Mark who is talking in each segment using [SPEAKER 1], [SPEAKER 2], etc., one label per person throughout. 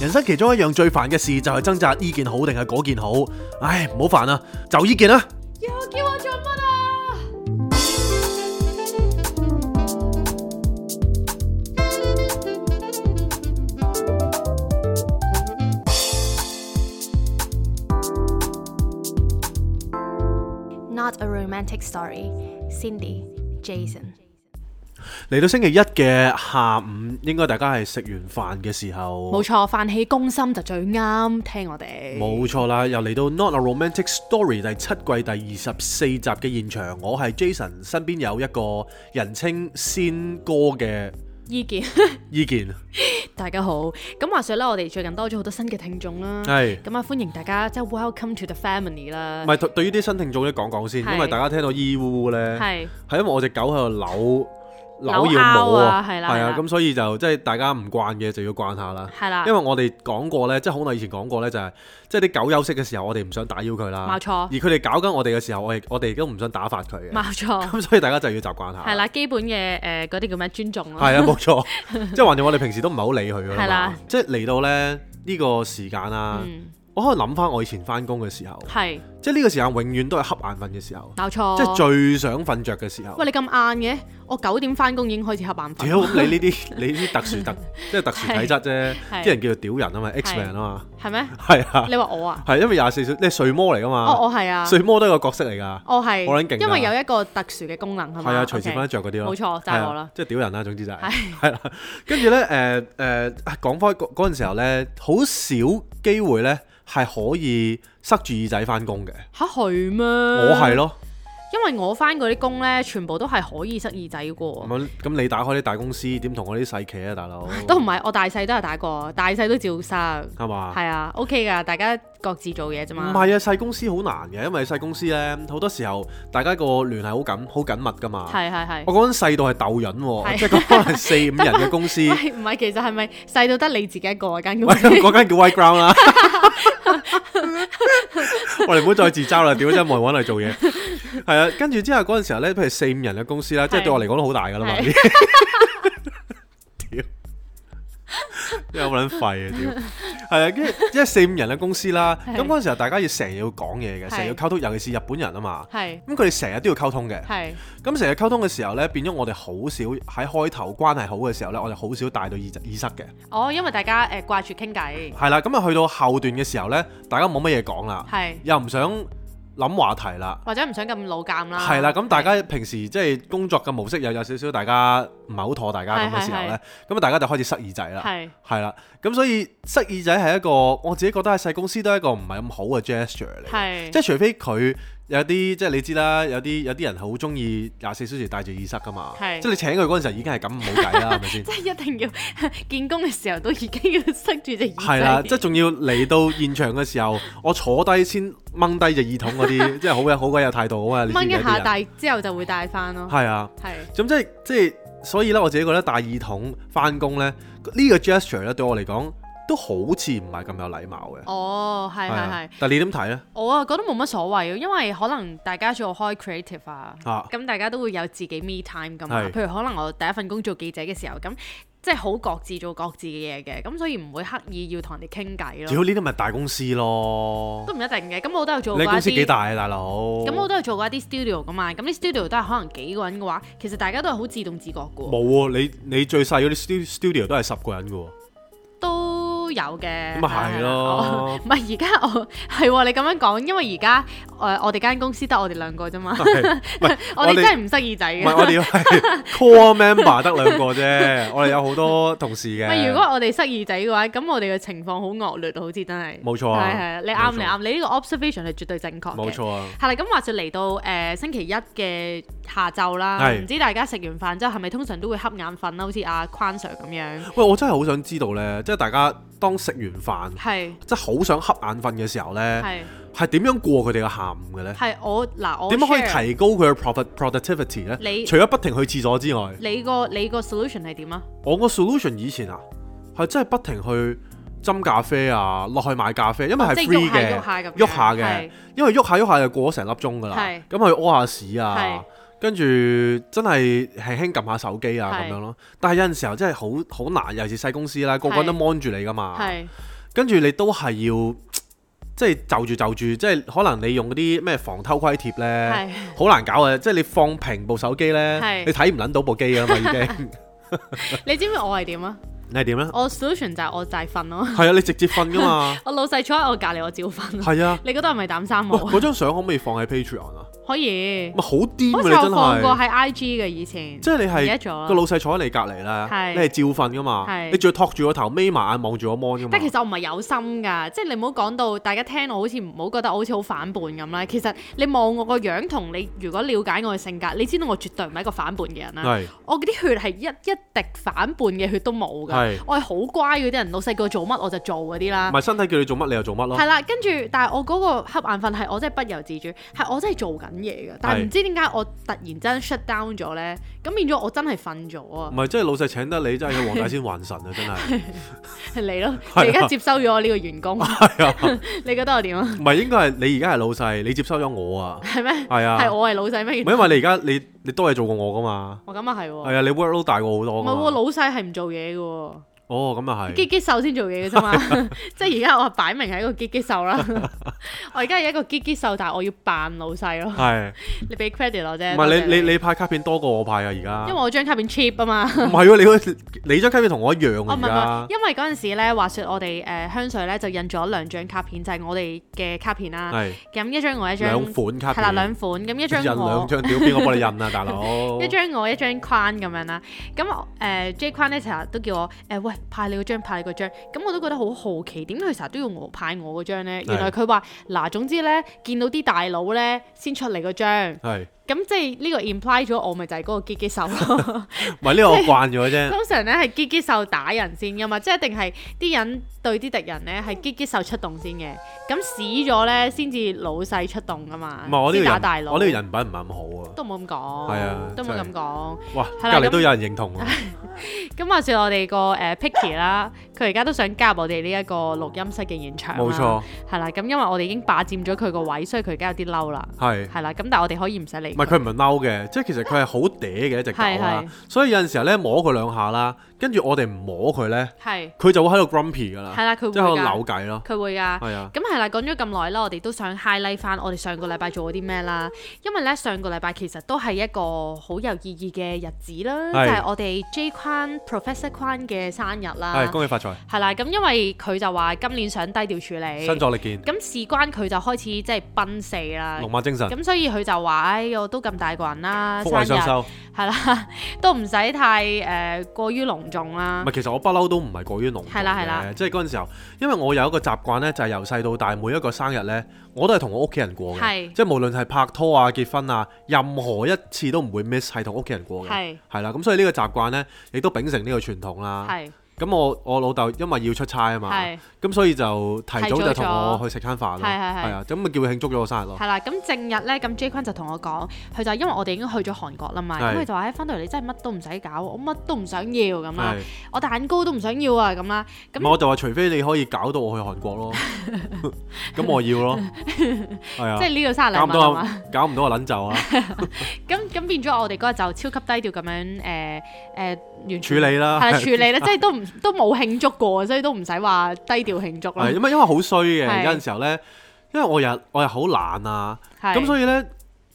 [SPEAKER 1] 人生其中一樣最煩嘅事就係掙扎呢件好定係嗰件好，唉，唔好煩啊，就呢件啦。
[SPEAKER 2] 又叫我做乜啊？
[SPEAKER 3] Not a romantic story. Cindy, Jason.
[SPEAKER 1] 嚟到星期一嘅下午，應該大家係食完飯嘅時候，
[SPEAKER 2] 冇錯，飯氣攻心就最啱聽我哋。
[SPEAKER 1] 冇錯啦，又嚟到《Not a Romantic Story》第七季第二十四集嘅現場，我係 Jason，身邊有一個人稱仙哥嘅
[SPEAKER 2] 意見，
[SPEAKER 1] 意見，
[SPEAKER 2] 大家好。咁話說咧，我哋最近多咗好多新嘅聽眾啦。
[SPEAKER 1] 係
[SPEAKER 2] 咁啊，歡迎大家即係 Welcome to the family 啦
[SPEAKER 1] 唔。係對對於啲新聽眾咧講講先，
[SPEAKER 2] 係
[SPEAKER 1] 因為大家聽到咿咿呼呼咧，
[SPEAKER 2] 係
[SPEAKER 1] 係因為我隻狗喺度扭
[SPEAKER 2] 扭
[SPEAKER 1] 要
[SPEAKER 2] 拗
[SPEAKER 1] 冇
[SPEAKER 2] 啊係啦
[SPEAKER 1] 係
[SPEAKER 2] 係
[SPEAKER 1] 啊
[SPEAKER 2] 啦，
[SPEAKER 1] 咁所以就即係大家唔慣嘅就要慣下啦。
[SPEAKER 2] 係啦
[SPEAKER 1] 因為，我哋講過咧，即係好耐以前講過咧，就係即係啲狗休息嘅時候，我哋唔想打擾佢啦。
[SPEAKER 2] 冇錯
[SPEAKER 1] 而佢哋搞緊我哋嘅時候，我哋我哋都唔想打發佢嘅。
[SPEAKER 2] 冇 錯，
[SPEAKER 1] 咁所以大家就要習慣下。
[SPEAKER 2] 係啦，基本嘅誒嗰啲叫咩尊重啦。
[SPEAKER 1] 係啊，冇 錯，即係橫掂我哋平時都唔係好理佢噶
[SPEAKER 2] 係
[SPEAKER 1] 啦
[SPEAKER 2] 啦
[SPEAKER 1] 嘛，即係嚟到咧呢個時間啦，
[SPEAKER 2] 嗯，
[SPEAKER 1] 我可能諗翻我以前翻工嘅時候，
[SPEAKER 2] 係
[SPEAKER 1] 即係呢個時間永遠都係瞌眼瞓嘅時候，
[SPEAKER 2] 冇錯。
[SPEAKER 1] 即係最想瞓着嘅時候
[SPEAKER 2] 哦喂，。你咁晏嘅，我九點翻工已經開始合眼
[SPEAKER 1] 屌，
[SPEAKER 2] 瞓，
[SPEAKER 1] 咁你呢啲你呢啲特殊 特即係特殊體質啫，
[SPEAKER 2] 係
[SPEAKER 1] 啲人叫做屌人啊嘛，X man 啊嘛，
[SPEAKER 2] 係咩？
[SPEAKER 1] 係啊，
[SPEAKER 2] 你話我啊？
[SPEAKER 1] 係因為廿四歲，你係睡魔嚟噶嘛，
[SPEAKER 2] 哦，我係啊，
[SPEAKER 1] 睡魔都係個角色嚟㗎，
[SPEAKER 2] 我係，
[SPEAKER 1] 我撚勁㗎
[SPEAKER 2] 因為有一個特殊嘅功能係嘛？
[SPEAKER 1] 係啊，隨時瞓得
[SPEAKER 2] OK
[SPEAKER 1] 着嗰啲咯，
[SPEAKER 2] 冇錯就係我啦
[SPEAKER 1] 係啊即係屌人啦，總之就係
[SPEAKER 2] 係
[SPEAKER 1] 係啦。跟住咧，誒誒啊講開嗰嗰陣時候咧，好少機會咧係可以塞住耳仔翻工嘅，
[SPEAKER 2] 吓係咩？
[SPEAKER 1] 我
[SPEAKER 2] 我
[SPEAKER 1] 係咯。
[SPEAKER 2] 因為我翻嗰啲工咧，全部都係可以塞耳仔嘅，
[SPEAKER 1] 咁啊咁你打開啲大公司，點同我啲細企啊，大 佬？
[SPEAKER 2] 都唔係我大細都有打過，大細都照塞，
[SPEAKER 1] 係嘛？
[SPEAKER 2] 係啊，OK 噶，大家各自做嘢啫
[SPEAKER 1] 唔
[SPEAKER 2] 嘛。
[SPEAKER 1] 係啊，細公司好難嘅，因為細公司咧好多時候大家個聯繫好緊好緊密噶嘛。
[SPEAKER 2] 係係
[SPEAKER 1] 我
[SPEAKER 2] 係。
[SPEAKER 1] 講緊細到係鬥人喎，
[SPEAKER 2] 係
[SPEAKER 1] 即係講可能四五人嘅 公司，喂
[SPEAKER 2] 喂，唔係，其實係咪細到得你自己一個啊間公 司？
[SPEAKER 1] 嗰間叫 White Ground 啦。我哋唔好再自嘲啦，屌真係冇人揾嚟做嘢。係啊，跟住之後嗰陣時候咧，譬如四五人嘅公司啦，即係
[SPEAKER 2] 係
[SPEAKER 1] 對我嚟講都好大噶啦嘛。
[SPEAKER 2] 係
[SPEAKER 1] 屌，真係好撚廢啊！屌，係啊，跟住即係四五人嘅公司啦。
[SPEAKER 2] 係
[SPEAKER 1] 咁嗰陣時候大家要成日要講嘢嘅，成日要溝通，尤其是日本人啊嘛。
[SPEAKER 2] 係
[SPEAKER 1] 咁佢哋成日都要溝通嘅。
[SPEAKER 2] 係
[SPEAKER 1] 咁成日溝通嘅時候咧，變咗我哋好少喺開頭關係好嘅時候咧，我哋好少帶到耳耳塞嘅。
[SPEAKER 2] 哦，因為大家誒掛住傾偈，
[SPEAKER 1] 係啦，咁啊去到後段嘅時候咧，大家冇乜嘢講啦，
[SPEAKER 2] 係
[SPEAKER 1] 又唔想諗話題啦。
[SPEAKER 2] 或者唔想咁老尷啦。
[SPEAKER 1] 係啦，咁大家平時即係工作嘅模式又有少少大家唔係好妥大家咁嘅時候咧，咁啊大家就開始塞耳仔啦。
[SPEAKER 2] 係
[SPEAKER 1] 係啦，咁所以塞耳仔係一個我自己覺得喺細公司都係一個唔係咁好嘅 gesture 嚟。
[SPEAKER 2] 係
[SPEAKER 1] 即係除非佢有啲即係你知啦，有啲有啲人好中意廿四小時戴住耳塞噶嘛，
[SPEAKER 2] 係
[SPEAKER 1] 即係你請佢嗰陣時候已經係咁冇計啦，係咪先
[SPEAKER 2] 即？ 係一定要 見工嘅時候都已經要塞住隻耳仔。
[SPEAKER 1] 係啦，即係仲要嚟到現場嘅時 候，我坐低先掹低隻耳筒嗰啲， 即係好有好鬼有態度啊！你知唔
[SPEAKER 2] 掹
[SPEAKER 1] 知
[SPEAKER 2] 一下，
[SPEAKER 1] 啲人
[SPEAKER 2] 但係之後就會戴翻咯。
[SPEAKER 1] 係啊，
[SPEAKER 2] 係
[SPEAKER 1] 咁即係即係，所以咧我自己覺得戴耳筒翻工咧，呢個 gesture 咧對我嚟講都好似唔係咁有禮貌嘅。
[SPEAKER 2] 哦，係
[SPEAKER 1] 係
[SPEAKER 2] 係
[SPEAKER 1] 啊
[SPEAKER 2] 係。，
[SPEAKER 1] 但你點睇咧？
[SPEAKER 2] 我啊覺得冇乜所謂，因為可能大家做開 creative 啊，
[SPEAKER 1] 啊
[SPEAKER 2] 咁大家都會有自己 me time 咁
[SPEAKER 1] 係
[SPEAKER 2] 啊。譬如可能我第一份工做記者嘅時候，咁即係好各自做各自嘅嘢嘅，咁所以唔會刻意要同人哋傾偈
[SPEAKER 1] 屌
[SPEAKER 2] 咯，
[SPEAKER 1] 呢啲咪大公司咯
[SPEAKER 2] 都，唔一定嘅。咁我都有做過
[SPEAKER 1] 你
[SPEAKER 2] 一
[SPEAKER 1] 公司幾
[SPEAKER 2] 啲。
[SPEAKER 1] 大啊，大佬？
[SPEAKER 2] 咁我都有做過一啲 studio 噶嘛，咁啲 studio 都係可能幾個人嘅話，其實大家都係好自動自覺嘅喎，
[SPEAKER 1] 冇喎，你你最細嗰啲 stu- studio 都係十個人嘅喎，
[SPEAKER 2] 都有嘅。
[SPEAKER 1] 咁咪係咯
[SPEAKER 2] 哦 唔係而家我係喎，你咁樣講，因為而家誒呃我哋間公司得我哋兩個啫 嘛，
[SPEAKER 1] 係 唔係
[SPEAKER 2] 我哋真係唔塞耳仔
[SPEAKER 1] 唔
[SPEAKER 2] 嘅。
[SPEAKER 1] 係我哋係 core member 得兩個啫，我哋有好多同事嘅。
[SPEAKER 2] 咪如果我哋塞耳仔嘅話，咁我哋嘅情況好惡劣，啊好似真係。
[SPEAKER 1] 冇錯啊
[SPEAKER 2] 係係，你
[SPEAKER 1] 冇
[SPEAKER 2] 啱
[SPEAKER 1] 錯
[SPEAKER 2] 你啱，你呢個 observation 係絕對正確嘅。
[SPEAKER 1] 冇。錯啊，
[SPEAKER 2] 係啦，咁話就嚟到誒、呃星期一嘅下晝啦，
[SPEAKER 1] 係
[SPEAKER 2] 唔知大家食完飯之後係咪通常都會瞌眼瞓啦？好似阿關 Sir 咁樣，
[SPEAKER 1] 喂，我真係好想知道咧，即係大家當食完飯，
[SPEAKER 2] 係
[SPEAKER 1] 即係好想瞌眼瞓嘅時候咧，
[SPEAKER 2] 係
[SPEAKER 1] 係點樣過佢哋嘅下午嘅咧？
[SPEAKER 2] 係我嗱我
[SPEAKER 1] 點樣可以
[SPEAKER 2] share
[SPEAKER 1] 提高佢嘅 profit productivity 咧？
[SPEAKER 2] 你
[SPEAKER 1] 除咗不停去廁所之外，
[SPEAKER 2] 你個你個 solution 係點啊？
[SPEAKER 1] 我個 solution 以前啊，係真係不停去斟咖啡啊，落去買咖啡，因為係
[SPEAKER 2] 即係喐
[SPEAKER 1] free
[SPEAKER 2] 下
[SPEAKER 1] 嘅
[SPEAKER 2] 喐，下咁樣，
[SPEAKER 1] 喐下嘅
[SPEAKER 2] 係，
[SPEAKER 1] 因為喐下喐下就過咗成粒鐘㗎啦。
[SPEAKER 2] 係
[SPEAKER 1] 咁去屙下屎
[SPEAKER 2] 係
[SPEAKER 1] 啊，跟住真係輕輕撳下手機啊咁
[SPEAKER 2] 係
[SPEAKER 1] 樣咯。但係有陣時候真係好好難，尤其是細公司啦，個個人都
[SPEAKER 2] 係
[SPEAKER 1] 望住你㗎嘛。
[SPEAKER 2] 係
[SPEAKER 1] 跟住你都係要即係就住就住，即係可能你用嗰啲咩防偷窺貼
[SPEAKER 2] 係
[SPEAKER 1] 呢， 好難搞啊！即係你放平部手機呢，
[SPEAKER 2] 係
[SPEAKER 1] 你睇唔撚到部機啊嘛已 經。
[SPEAKER 2] 你知唔知我係點啊？
[SPEAKER 1] 你係點呢？
[SPEAKER 2] 我 solution 就係我就係瞓咯。。
[SPEAKER 1] 係啊，你直接瞓噶嘛
[SPEAKER 2] 我老細坐喺我隔離，我照瞓。
[SPEAKER 1] 係啊，
[SPEAKER 2] 你覺得係咪膽生
[SPEAKER 1] 喂，
[SPEAKER 2] 毛啊？
[SPEAKER 1] 嗰張相可唔可以放喺 Patreon 啊？
[SPEAKER 2] 可以
[SPEAKER 1] 咪，好癲
[SPEAKER 2] 好
[SPEAKER 1] 啊！
[SPEAKER 2] 似
[SPEAKER 1] 你
[SPEAKER 2] 我
[SPEAKER 1] 真
[SPEAKER 2] 放過
[SPEAKER 1] 係，
[SPEAKER 2] 喺 IG 嘅以前。
[SPEAKER 1] 即係你
[SPEAKER 2] 唔記得咗
[SPEAKER 1] 係
[SPEAKER 2] 啦
[SPEAKER 1] 個老細坐喺你隔離啦，
[SPEAKER 2] 啊係
[SPEAKER 1] 你係照瞓噶嘛？
[SPEAKER 2] 係
[SPEAKER 1] 你仲要托住個頭，眯埋眼望住個 mon 噶嘛
[SPEAKER 2] 但？其實我唔係有心㗎，即係你唔好講到大家聽我好似唔好覺得我好似好反叛咁啦。其實你望我個樣同你如果了解我嘅性格，你知道我絕對唔係一個反叛嘅人啦。
[SPEAKER 1] 係
[SPEAKER 2] 我嗰啲血係一一滴反叛嘅血都冇
[SPEAKER 1] 係
[SPEAKER 2] 㗎，我係好乖嗰啲人，老細叫我做乜我就做嗰啲啦
[SPEAKER 1] 咪。身體叫你做乜你就做乜咯
[SPEAKER 2] 啊係？啦，跟住但係我嗰個瞌眼瞓係我真係不由自主，係我真係做緊嘢㗎，但係
[SPEAKER 1] 係
[SPEAKER 2] 唔知點解我突然之間 shut down 咗呢，咁變咗我真係瞓咗啊
[SPEAKER 1] 唔！係，即係老細請得你，真係要黃大仙還神啊！真係，
[SPEAKER 2] 係你咯，
[SPEAKER 1] 係
[SPEAKER 2] 你
[SPEAKER 1] 啊
[SPEAKER 2] 而家接收咗我呢個員 工，
[SPEAKER 1] 係 啊，
[SPEAKER 2] 你覺得我點啊？
[SPEAKER 1] 唔係應該係你而家係老細，你接收咗我 啊，
[SPEAKER 2] 係咩？
[SPEAKER 1] 係啊，
[SPEAKER 2] 係我係老細咩？
[SPEAKER 1] 唔係因為你而家你你多嘢做過我噶嘛，
[SPEAKER 2] 我咁啊係喎，
[SPEAKER 1] 係啊，你 workload 大過好
[SPEAKER 2] 唔
[SPEAKER 1] 多
[SPEAKER 2] 係喎，
[SPEAKER 1] 噶嘛，
[SPEAKER 2] 老細係唔做嘢嘅喎，
[SPEAKER 1] 哦，咁啊
[SPEAKER 2] 激
[SPEAKER 1] 係，
[SPEAKER 2] 激獸先做嘢嘅 啫嘛，即係而家我擺明係一個激激獸啦， 我而家係一個激激獸，但係我要扮老細咯，
[SPEAKER 1] 係，
[SPEAKER 2] 你俾 credit 我啫，
[SPEAKER 1] 唔
[SPEAKER 2] 多謝
[SPEAKER 1] 係你你你派卡片多過我派啊而家，
[SPEAKER 2] 因為我張卡片 cheap 啊嘛。
[SPEAKER 1] 唔係喎，你嗰你張卡片同 我一樣
[SPEAKER 2] 哦，
[SPEAKER 1] 啊
[SPEAKER 2] 唔係唔係，
[SPEAKER 1] 而
[SPEAKER 2] 因為嗰陣時咧，話說我哋誒、呃香水咧就印咗兩張卡片，就係、我哋嘅卡片
[SPEAKER 1] 家，
[SPEAKER 2] 啦。
[SPEAKER 1] 係
[SPEAKER 2] 咁一張我一張，
[SPEAKER 1] 兩款卡
[SPEAKER 2] 係啦
[SPEAKER 1] 片
[SPEAKER 2] 兩，款，咁一
[SPEAKER 1] 印
[SPEAKER 2] 張
[SPEAKER 1] 兩
[SPEAKER 2] 我。
[SPEAKER 1] 張，屌邊個幫你印啊，大佬？
[SPEAKER 2] 一張我一張框咁樣啦，咁我誒 J 框咧成日都叫我誒、呃喂派你嗰張派你嗰張，咁我都覺得好好奇，點解佢成日都要我派我嗰張咧？原來佢話嗱，總之咧見到啲大佬咧先出嚟嗰張，
[SPEAKER 1] 係，
[SPEAKER 2] 咁即係呢個 imply 咗我咪就係嗰個機機手咯。
[SPEAKER 1] 唔係呢個我慣咗 啫，
[SPEAKER 2] 通常咧係激激獸打人先噶嘛，即係一定係啲人對啲敵人咧係激激獸出動先嘅，咁屎咗咧先至老細出動噶嘛，
[SPEAKER 1] 唔係我呢
[SPEAKER 2] 先
[SPEAKER 1] 個
[SPEAKER 2] 打大
[SPEAKER 1] 人，
[SPEAKER 2] 佬。
[SPEAKER 1] 我呢個人品唔係咁好啊，
[SPEAKER 2] 都冇咁
[SPEAKER 1] 係啊
[SPEAKER 2] 講，都冇
[SPEAKER 1] 真係
[SPEAKER 2] 咁講。
[SPEAKER 1] 哇，
[SPEAKER 2] 係啦
[SPEAKER 1] 隔離
[SPEAKER 2] 咁
[SPEAKER 1] 都有人認同啊，
[SPEAKER 2] 咁話說我哋個誒 Picky 啦，佢而家都想加入我哋呢一個錄音室嘅現場啦。啊
[SPEAKER 1] 冇錯，
[SPEAKER 2] 係啦，咁因為我哋已經霸佔咗佢個位，所以佢而家有啲嬲啦。
[SPEAKER 1] 係。
[SPEAKER 2] 係啦，咁但係我哋可以唔使理
[SPEAKER 1] 唔係佢唔係嬲嘅，即係其實佢係好嗲嘅一隻狗啦
[SPEAKER 2] 係係，
[SPEAKER 1] 所以有陣時候咧摸佢兩下啦，跟住我哋唔摸佢咧，
[SPEAKER 2] 係
[SPEAKER 1] 佢就會喺度 grumpy 噶啦，
[SPEAKER 2] 係啦，佢
[SPEAKER 1] 即係喺
[SPEAKER 2] 會
[SPEAKER 1] 度
[SPEAKER 2] 㗎
[SPEAKER 1] 扭，計咯，
[SPEAKER 2] 佢會㗎。
[SPEAKER 1] 係啊，
[SPEAKER 2] 咁係啦，講咗咁耐啦，我哋都想 highlight 翻我哋上個禮拜做咗啲咩啦。因為咧上個禮拜其實都係一個好有意義嘅日子啦，
[SPEAKER 1] 係
[SPEAKER 2] 就係我哋 J 框 Professor 框嘅生日
[SPEAKER 1] 係
[SPEAKER 2] 啦。
[SPEAKER 1] 恭喜發財，
[SPEAKER 2] 係啦，咁因為佢就話今年想低調處理，
[SPEAKER 1] 身壯力健，
[SPEAKER 2] 咁事關佢就開始即係奔四啦。
[SPEAKER 1] 龍馬精神，
[SPEAKER 2] 咁所以佢就話：，唉、我都咁大個人啦，
[SPEAKER 1] 福
[SPEAKER 2] 生
[SPEAKER 1] 慧雙
[SPEAKER 2] 日
[SPEAKER 1] 收。
[SPEAKER 2] 係啦， 都唔使太誒、呃、過於隆重啦
[SPEAKER 1] 唔係，。其實我不嬲都唔係過於濃重
[SPEAKER 2] 啊係啦係啦
[SPEAKER 1] 嘅，即係嗰陣時候，因為我有一個習慣咧，就係由細到大每一個生日咧，我都係同我屋企人過嘅，
[SPEAKER 2] 係
[SPEAKER 1] 即係無論係拍拖啊、結婚啊，任何一次都唔會 miss 係同屋企人過嘅，
[SPEAKER 2] 係
[SPEAKER 1] 係啦，咁所以呢個習慣咧，亦都秉承呢個傳統啦。
[SPEAKER 2] 係
[SPEAKER 1] 咁我我老豆因為要出差啊嘛，
[SPEAKER 2] 係
[SPEAKER 1] 咁所以就提早就
[SPEAKER 2] 提早
[SPEAKER 1] 同
[SPEAKER 2] 咗
[SPEAKER 1] 我去食餐飯咯，
[SPEAKER 2] 係係係
[SPEAKER 1] 係啊，咁咪叫佢慶祝咗我生日咯，
[SPEAKER 2] 係啦，咁正日咧，咁 J 坤就同我講，佢就因為我哋已經去咗韓國啦嘛，
[SPEAKER 1] 係
[SPEAKER 2] 咁佢就話：，唉、翻到嚟你真係乜都唔使搞，我乜都唔想要咁啦
[SPEAKER 1] 係，，
[SPEAKER 2] 我蛋糕都唔想要啊咁啦。咁
[SPEAKER 1] 咁我就話除非你可以搞到我去韓國 咯，咁我要咯，係啊
[SPEAKER 2] 即，係呢個生日
[SPEAKER 1] 搞
[SPEAKER 2] 禮
[SPEAKER 1] 唔
[SPEAKER 2] 物
[SPEAKER 1] 到
[SPEAKER 2] 啊
[SPEAKER 1] 我
[SPEAKER 2] 嘛。
[SPEAKER 1] 搞唔到我撚就 啊，
[SPEAKER 2] 咁咁變咗我哋嗰日就超級低調咁樣誒誒、呃呃完全
[SPEAKER 1] 處理啦
[SPEAKER 2] 係啦處理啦，即係都唔都冇慶祝過，所以都唔使話低調慶祝啦
[SPEAKER 1] 係。因為因為好衰嘅，
[SPEAKER 2] 係
[SPEAKER 1] 有陣時候咧，因為我又我又好懶啊，
[SPEAKER 2] 係
[SPEAKER 1] 咁所以咧，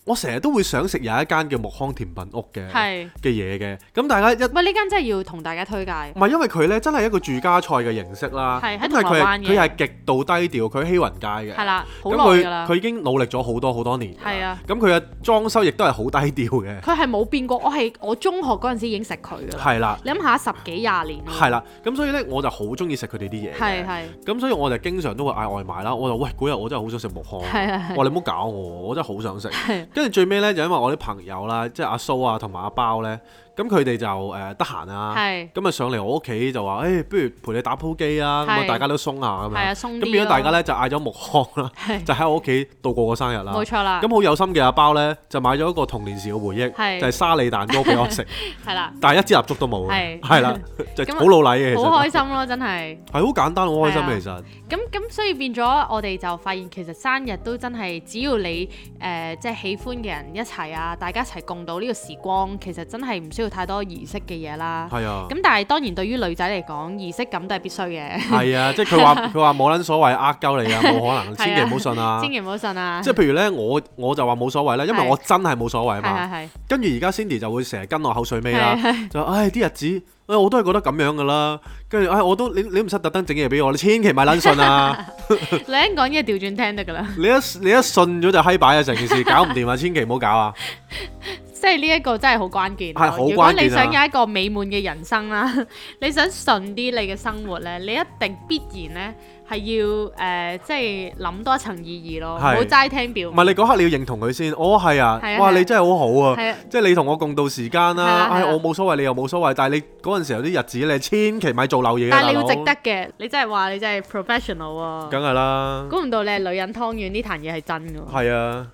[SPEAKER 1] 我成日都會想食有一間叫木糠甜品屋嘅
[SPEAKER 2] 係
[SPEAKER 1] 嘅嘢嘅，咁大家一。
[SPEAKER 2] 喂呢間真係要同大家推介，係
[SPEAKER 1] 唔係因為佢咧，真係一個住家菜嘅形式啦。
[SPEAKER 2] 係喺
[SPEAKER 1] 咁但係佢
[SPEAKER 2] 銅鑼灣
[SPEAKER 1] 係
[SPEAKER 2] 嘅
[SPEAKER 1] 佢係極度低調，佢喺希雲街嘅。
[SPEAKER 2] 啦，好
[SPEAKER 1] 咁
[SPEAKER 2] 耐
[SPEAKER 1] 佢
[SPEAKER 2] 㗎啦
[SPEAKER 1] 佢，已經努力咗好多好多年㗎啦。
[SPEAKER 2] 係啊
[SPEAKER 1] 咁佢嘅裝修亦都係好低調嘅。
[SPEAKER 2] 佢係冇變過。我係我中學嗰陣時已經食佢㗎啦。
[SPEAKER 1] 係啦，
[SPEAKER 2] 你諗下十幾廿年喎，
[SPEAKER 1] 係啦。咁所以呢，我就好中意食佢哋啲嘢嘅。
[SPEAKER 2] 係係
[SPEAKER 1] 咁所以我就經常都會嗌外賣啦。我就喂嗰日我真係好想食木糠，
[SPEAKER 2] 係係係
[SPEAKER 1] 我話你唔好搞我，我真係好想食
[SPEAKER 2] 係。
[SPEAKER 1] 跟住最尾呢，就因為我啲朋友啦，即係阿蘇啊同埋阿包呢，咁佢哋就誒得閒啊，
[SPEAKER 2] 係
[SPEAKER 1] 咁啊上嚟我屋企就話誒，不如陪你打鋪機啊，咁啊
[SPEAKER 2] 係
[SPEAKER 1] 大家都鬆下咁
[SPEAKER 2] 係
[SPEAKER 1] 樣。
[SPEAKER 2] 啊，鬆啲
[SPEAKER 1] 咁變咗大家
[SPEAKER 2] 咧，
[SPEAKER 1] 呢，就嗌咗木糠啦，
[SPEAKER 2] 係
[SPEAKER 1] 就喺我屋企度過個生日啦。
[SPEAKER 2] 冇錯啦，
[SPEAKER 1] 啊咁好有心嘅阿包呢，就買咗一個童年時嘅回憶，
[SPEAKER 2] 係
[SPEAKER 1] 就係沙梨蛋糕俾 我食，
[SPEAKER 2] 係啦，
[SPEAKER 1] 但係一支蠟燭都冇嘅，
[SPEAKER 2] 係
[SPEAKER 1] 係啦，就
[SPEAKER 2] 咁啊
[SPEAKER 1] 好老禮嘅，其
[SPEAKER 2] 好
[SPEAKER 1] 實
[SPEAKER 2] 開心咯，真係。
[SPEAKER 1] 係好簡單，好開心
[SPEAKER 2] 係
[SPEAKER 1] 嘅
[SPEAKER 2] 啊
[SPEAKER 1] 其實，
[SPEAKER 2] 咁咁，所以變咗我哋就發現，其實生日都真係只要你誒、呃即係喜歡嘅人一齊啊，大家一齊共度呢個時光，其實真係唔需要要太多儀式嘅嘢啦。
[SPEAKER 1] 係啊。
[SPEAKER 2] 咁但係當然對於女仔嚟講，儀式感都係必須嘅，
[SPEAKER 1] 係 啊，即係佢話佢話冇撚所謂呃鳩你啊，冇可能，
[SPEAKER 2] 係啊
[SPEAKER 1] 千祈唔好信啊
[SPEAKER 2] 千！祈唔好信啊。
[SPEAKER 1] 即係譬如咧，我我就話冇所謂啦，因為
[SPEAKER 2] 係
[SPEAKER 1] 我真係冇所謂啊
[SPEAKER 2] 係
[SPEAKER 1] 嘛。
[SPEAKER 2] 係係，
[SPEAKER 1] 跟住而家 Cindy 就會成日跟我口水尾啦
[SPEAKER 2] 係，係
[SPEAKER 1] 就話唉啲日子，唉我都係覺得咁樣噶啦。跟住唉我都你你唔使特登整嘢俾我，你千祈咪撚信 啊！
[SPEAKER 2] 你一講嘢調轉聽得㗎啦。
[SPEAKER 1] 你一你一信咗就閪擺啊，成件事搞唔掂啊，千祈唔好搞啊！
[SPEAKER 2] 即係呢一個真係好關鍵咯。
[SPEAKER 1] 係好關鍵啊
[SPEAKER 2] 如果你想有一個美滿嘅人生啦， 你想順啲你嘅生活咧，你一定必然咧係要誒、呃即係諗多一層意義咯，
[SPEAKER 1] 係
[SPEAKER 2] 唔好齋聽表
[SPEAKER 1] 唔
[SPEAKER 2] 面。
[SPEAKER 1] 係你嗰刻你要認同佢先，哦係啊
[SPEAKER 2] 係，啊
[SPEAKER 1] 哇
[SPEAKER 2] 係啊
[SPEAKER 1] 你真係好好啊！
[SPEAKER 2] 係啊
[SPEAKER 1] 即係你同我共度時間
[SPEAKER 2] 係
[SPEAKER 1] 啦
[SPEAKER 2] 啊，
[SPEAKER 1] 唉
[SPEAKER 2] 係啊
[SPEAKER 1] 我冇所謂，你又冇所謂，但係你嗰陣時候啲日子你千祈咪做漏嘢啊
[SPEAKER 2] 但係你要值
[SPEAKER 1] 大
[SPEAKER 2] 得嘅，你真係話你真係 professional
[SPEAKER 1] 佬
[SPEAKER 2] 喎。
[SPEAKER 1] 梗係啦，
[SPEAKER 2] 估唔到你係女人湯圓呢壇嘢係真嘅喎。
[SPEAKER 1] 係啊，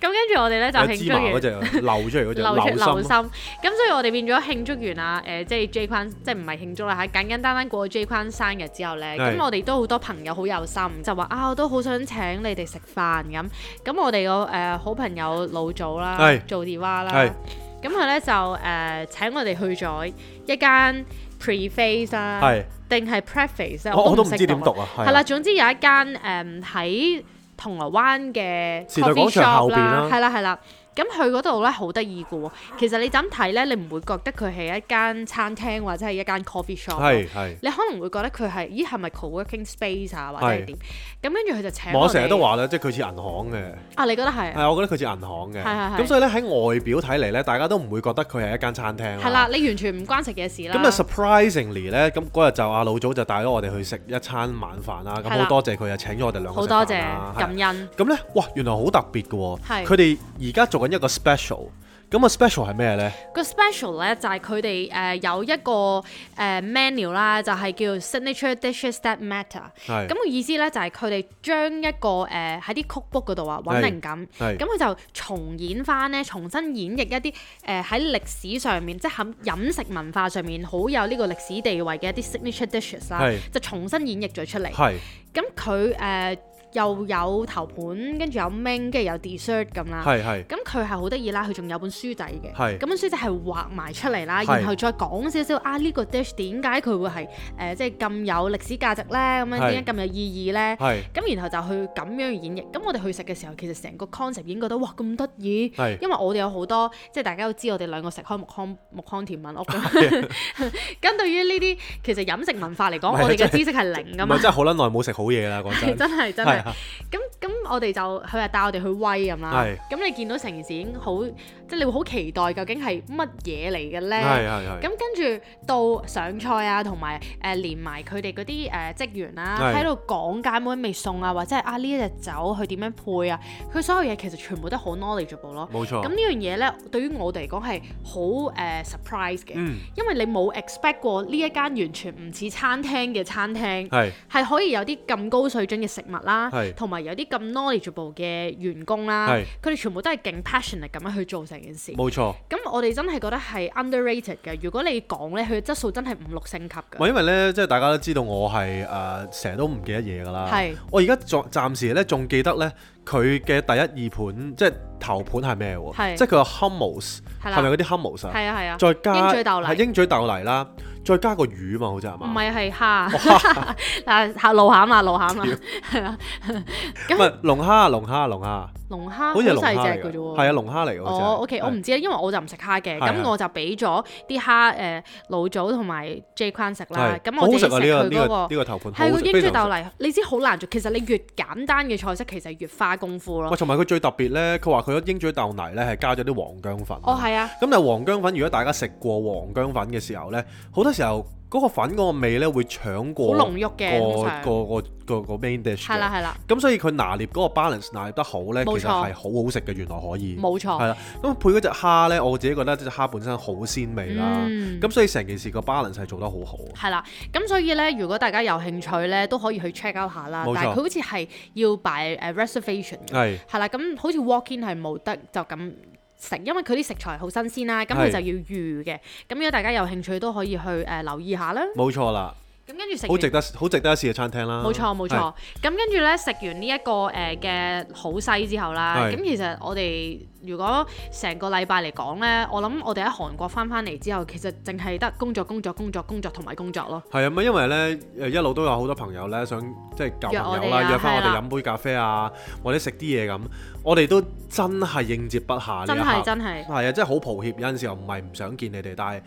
[SPEAKER 2] 咁跟住我哋咧就
[SPEAKER 1] 有
[SPEAKER 2] 慶
[SPEAKER 1] 芝
[SPEAKER 2] 祝
[SPEAKER 1] 麻
[SPEAKER 2] 完
[SPEAKER 1] 嗰。只啊 流出嚟嗰只
[SPEAKER 2] 流出流
[SPEAKER 1] 流心
[SPEAKER 2] 心，咁所以我哋變咗慶祝完啊，誒、即係 J 框，即係唔係慶祝啦嚇，簡簡單單過咗 J 框生日之後呢，
[SPEAKER 1] 係
[SPEAKER 2] 咁我哋都好多朋友好有心，就話啊，我都好想請你哋食飯咁，咁我哋個誒好朋友老祖啦
[SPEAKER 1] 係，
[SPEAKER 2] 做電話啦
[SPEAKER 1] 係，
[SPEAKER 2] 咁佢呢就誒、請我哋去咗一間 preface 啦，
[SPEAKER 1] 係，
[SPEAKER 2] 定係 preface 啊
[SPEAKER 1] 我我都唔
[SPEAKER 2] 識
[SPEAKER 1] 知點讀
[SPEAKER 2] 啊，
[SPEAKER 1] 啊，係
[SPEAKER 2] 係啦，
[SPEAKER 1] 啊
[SPEAKER 2] 總之有一間誒喺、銅鑼灣嘅
[SPEAKER 1] 時代廣
[SPEAKER 2] coffee
[SPEAKER 1] 場後
[SPEAKER 2] shop
[SPEAKER 1] 邊啦
[SPEAKER 2] 啦，係啦係啦。咁佢嗰度咧好得意嘅喎，其實你就咁睇咧，你唔會覺得佢係一間餐廳或者係一間 coffee shop 咯。
[SPEAKER 1] 係係。
[SPEAKER 2] 你可能會覺得佢係，咦係咪 co-working space 啊，或者
[SPEAKER 1] 係
[SPEAKER 2] 係點？咁跟住佢就請
[SPEAKER 1] 我
[SPEAKER 2] 哋
[SPEAKER 1] 成日都話咧，即係佢似銀行嘅，
[SPEAKER 2] 啊，你覺得係啊？
[SPEAKER 1] 係我覺得佢似銀行嘅。
[SPEAKER 2] 係係係
[SPEAKER 1] 咁所以咧喺外表睇嚟咧，大家都唔會覺得佢係一間餐廳
[SPEAKER 2] 係啦，。你完全唔關食嘢事啦。
[SPEAKER 1] 咁啊，surprisingly 咧，咁嗰日就阿老祖就帶咗我哋去食一餐晚飯啦。咁
[SPEAKER 2] 係
[SPEAKER 1] 好
[SPEAKER 2] 啦
[SPEAKER 1] 多謝佢啊，請咗我哋兩個
[SPEAKER 2] 好
[SPEAKER 1] 食
[SPEAKER 2] 多謝
[SPEAKER 1] 飯啦係
[SPEAKER 2] 感恩，
[SPEAKER 1] 咁咧，哇，原來好特別嘅喎。
[SPEAKER 2] 係
[SPEAKER 1] 佢哋而家做緊一個 special。咁啊，special 係咩咧？
[SPEAKER 2] 個 special 咧就係佢哋誒有一個誒、呃 menu 啦，就係叫 signature dishes that matter。
[SPEAKER 1] 係
[SPEAKER 2] 咁個意思咧就係佢哋將一個誒喺啲 cookbook 嗰度啊揾
[SPEAKER 1] 係
[SPEAKER 2] 靈感，
[SPEAKER 1] 係
[SPEAKER 2] 咁佢就重演翻咧，重新演繹一啲誒喺歷史上面，即係喺飲食文化上面好有呢個歷史地位嘅一啲 signature dishes 啦
[SPEAKER 1] 係，
[SPEAKER 2] 就重新演繹咗出嚟。
[SPEAKER 1] 係
[SPEAKER 2] 咁佢誒又有頭盤，跟住有 main，跟住有 dessert 咁啦。
[SPEAKER 1] 係係
[SPEAKER 2] 咁佢係好得意啦，佢仲有本書仔嘅，
[SPEAKER 1] 係
[SPEAKER 2] 咁本書仔係畫埋出嚟啦，
[SPEAKER 1] 係
[SPEAKER 2] 然後再講少少啊呢、個 dish 點解佢會係誒、呃即係咁有歷史價值咧？咁樣
[SPEAKER 1] 係
[SPEAKER 2] 點解咁有意義咧？
[SPEAKER 1] 係
[SPEAKER 2] 咁然後就去咁樣演繹。咁我哋去食嘅時候，其實成個 concept 已經覺得哇咁得意，
[SPEAKER 1] 係
[SPEAKER 2] 因為我哋有好多即係大家都知我哋兩個食開木糠木糠甜品屋咁。 咁對於呢啲其實飲食文化嚟講，
[SPEAKER 1] 唔係
[SPEAKER 2] 我哋
[SPEAKER 1] 真
[SPEAKER 2] 嘅
[SPEAKER 1] 係
[SPEAKER 2] 知識係零噶
[SPEAKER 1] 唔
[SPEAKER 2] 嘛
[SPEAKER 1] 係，真係好撚耐冇食好嘢啦，講
[SPEAKER 2] 係
[SPEAKER 1] 真。
[SPEAKER 2] 啊 真係真
[SPEAKER 1] 係
[SPEAKER 2] 係。
[SPEAKER 1] 啊
[SPEAKER 2] 咁咁我哋就佢係帶我哋去威咁啦
[SPEAKER 1] 係。
[SPEAKER 2] 咁你見到成件事已經好，即係你會好期待究竟係乜嘢嚟嘅
[SPEAKER 1] 係
[SPEAKER 2] 咧？
[SPEAKER 1] 係係
[SPEAKER 2] 咁跟住到上菜啊，同埋誒連埋佢哋嗰啲誒職員啦、
[SPEAKER 1] 係
[SPEAKER 2] 喺度講解每一味餸啊，或者係啊呢一隻酒佢點樣配啊，佢所有嘢其實全部都好 knowledgeable 咯。
[SPEAKER 1] 冇
[SPEAKER 2] 咁
[SPEAKER 1] 錯
[SPEAKER 2] 呢。樣嘢咧，對於我哋嚟講係好誒 surprise 嘅，
[SPEAKER 1] 嗯
[SPEAKER 2] 因為你冇 expect 過呢一間完全唔似餐廳嘅餐廳。
[SPEAKER 1] 係
[SPEAKER 2] 係可以有啲咁高水準嘅食物啦
[SPEAKER 1] 係，
[SPEAKER 2] 同埋有啲咁 knowledgeable 嘅員工啦
[SPEAKER 1] 係，
[SPEAKER 2] 佢哋全部都係勁 passionate 咁樣去做成件事。
[SPEAKER 1] 冇錯。
[SPEAKER 2] 咁我哋真係覺得係 underrated 嘅。如果你講呢，佢嘅質素真係五六星級
[SPEAKER 1] 唔係
[SPEAKER 2] 嘅。
[SPEAKER 1] 因為咧，即係大家都知道我係誒成日都唔記得嘢㗎啦。
[SPEAKER 2] 係
[SPEAKER 1] 我而家仲暫時咧仲記得咧佢嘅第一二盤即係頭盤係咩喎？
[SPEAKER 2] 係
[SPEAKER 1] 即係佢個 hummus
[SPEAKER 2] 係
[SPEAKER 1] 係咪
[SPEAKER 2] 啦，
[SPEAKER 1] 嗰啲 hummus 啊？
[SPEAKER 2] 係啊係啊，
[SPEAKER 1] 再加
[SPEAKER 2] 鷹嘴豆泥
[SPEAKER 1] 係鷹嘴豆泥啦，再加個魚嘛，好似係
[SPEAKER 2] 唔
[SPEAKER 1] 嘛？
[SPEAKER 2] 係係蝦， 嗱嚇路餡啦路餡啦，係啊，
[SPEAKER 1] 唔係啊龍蝦，龍蝦，龍蝦，啊
[SPEAKER 2] 龍蝦
[SPEAKER 1] 好似係龍蝦
[SPEAKER 2] 細
[SPEAKER 1] 嚟
[SPEAKER 2] 隻嘅
[SPEAKER 1] 㗎
[SPEAKER 2] 啫喎。
[SPEAKER 1] 係啊，龍蝦嚟㗎。好似係
[SPEAKER 2] 哦，OK，我唔知咧，因為我就唔食蝦嘅，
[SPEAKER 1] 係啊係
[SPEAKER 2] 咁我就俾咗啲蝦誒老祖同埋 J 框食啦
[SPEAKER 1] 係，
[SPEAKER 2] 咁
[SPEAKER 1] 好
[SPEAKER 2] 我
[SPEAKER 1] 好
[SPEAKER 2] 哋
[SPEAKER 1] 食
[SPEAKER 2] 食
[SPEAKER 1] 啊！呢個
[SPEAKER 2] 佢
[SPEAKER 1] 呢
[SPEAKER 2] 嗰
[SPEAKER 1] 個
[SPEAKER 2] 個
[SPEAKER 1] 呢。個頭盤好
[SPEAKER 2] 係個
[SPEAKER 1] 好食，
[SPEAKER 2] 英
[SPEAKER 1] 非
[SPEAKER 2] 珠
[SPEAKER 1] 常
[SPEAKER 2] 豆
[SPEAKER 1] 好食。
[SPEAKER 2] 泥，你知好難做。其實你越簡單嘅菜式，其實越花功夫
[SPEAKER 1] 喂，
[SPEAKER 2] 咯。
[SPEAKER 1] 同埋佢最特別咧，佢話佢嗰鷹嘴豆泥咧係加咗啲黃姜粉。
[SPEAKER 2] 哦，係啊，
[SPEAKER 1] 咁但係黃姜粉，如果大家食過黃姜粉嘅時候呢，好多時候嗰個粉嗰個味呢會搶
[SPEAKER 2] 好
[SPEAKER 1] 過
[SPEAKER 2] 濃郁嘅，通常
[SPEAKER 1] 個個個個個 main dish
[SPEAKER 2] 係啦
[SPEAKER 1] 嘅。
[SPEAKER 2] 係啦，
[SPEAKER 1] 咁所以佢拿捏嗰個 balance 拿捏得好呢，其
[SPEAKER 2] 冇錯
[SPEAKER 1] 實係好好食嘅，原來可以。
[SPEAKER 2] 冇
[SPEAKER 1] 係
[SPEAKER 2] 錯。
[SPEAKER 1] 啦，咁配嗰只蝦呢，我自己覺得隻蝦本身好鮮味啦。
[SPEAKER 2] 嗯
[SPEAKER 1] 咁所以成件事個 balance 係做得好好。
[SPEAKER 2] 係啦，咁所以咧，如果大家有興趣咧，都可以去 check out 下啦。
[SPEAKER 1] 冇錯
[SPEAKER 2] 但係佢好似係要 by 誒 reservation 嘅，
[SPEAKER 1] 係
[SPEAKER 2] 係啦。咁好似 walk in 係冇得就咁食，因為佢啲食材好新鮮啦，咁
[SPEAKER 1] 係
[SPEAKER 2] 呃佢就要預嘅。咁如果大家有興趣都可以去誒留意下啦。
[SPEAKER 1] 冇錯啦。
[SPEAKER 2] 咁跟住食
[SPEAKER 1] 好
[SPEAKER 2] 完
[SPEAKER 1] 值得好值得一試嘅餐廳啦。
[SPEAKER 2] 冇錯冇
[SPEAKER 1] 啊係
[SPEAKER 2] 錯，咁跟住咧食完呢、一個誒嘅、好西之後啦，
[SPEAKER 1] 係
[SPEAKER 2] 咁其實我哋如果成個禮拜嚟講咧，我諗我哋喺韓國翻翻嚟之後，其實淨係得工作工作工作工作同埋工作咯。
[SPEAKER 1] 係啊，咁因為咧誒一路都有好多朋友咧想即係舊朋友啦，
[SPEAKER 2] 約我哋啊
[SPEAKER 1] 約翻我
[SPEAKER 2] 係
[SPEAKER 1] 哋
[SPEAKER 2] 啦
[SPEAKER 1] 飲杯咖啡啊，或者食啲嘢咁，我哋都真係應接不下呢
[SPEAKER 2] 真
[SPEAKER 1] 一
[SPEAKER 2] 係
[SPEAKER 1] 刻。
[SPEAKER 2] 真係，
[SPEAKER 1] 係啊，真係好抱歉，有陣時候唔係唔想見你哋，但係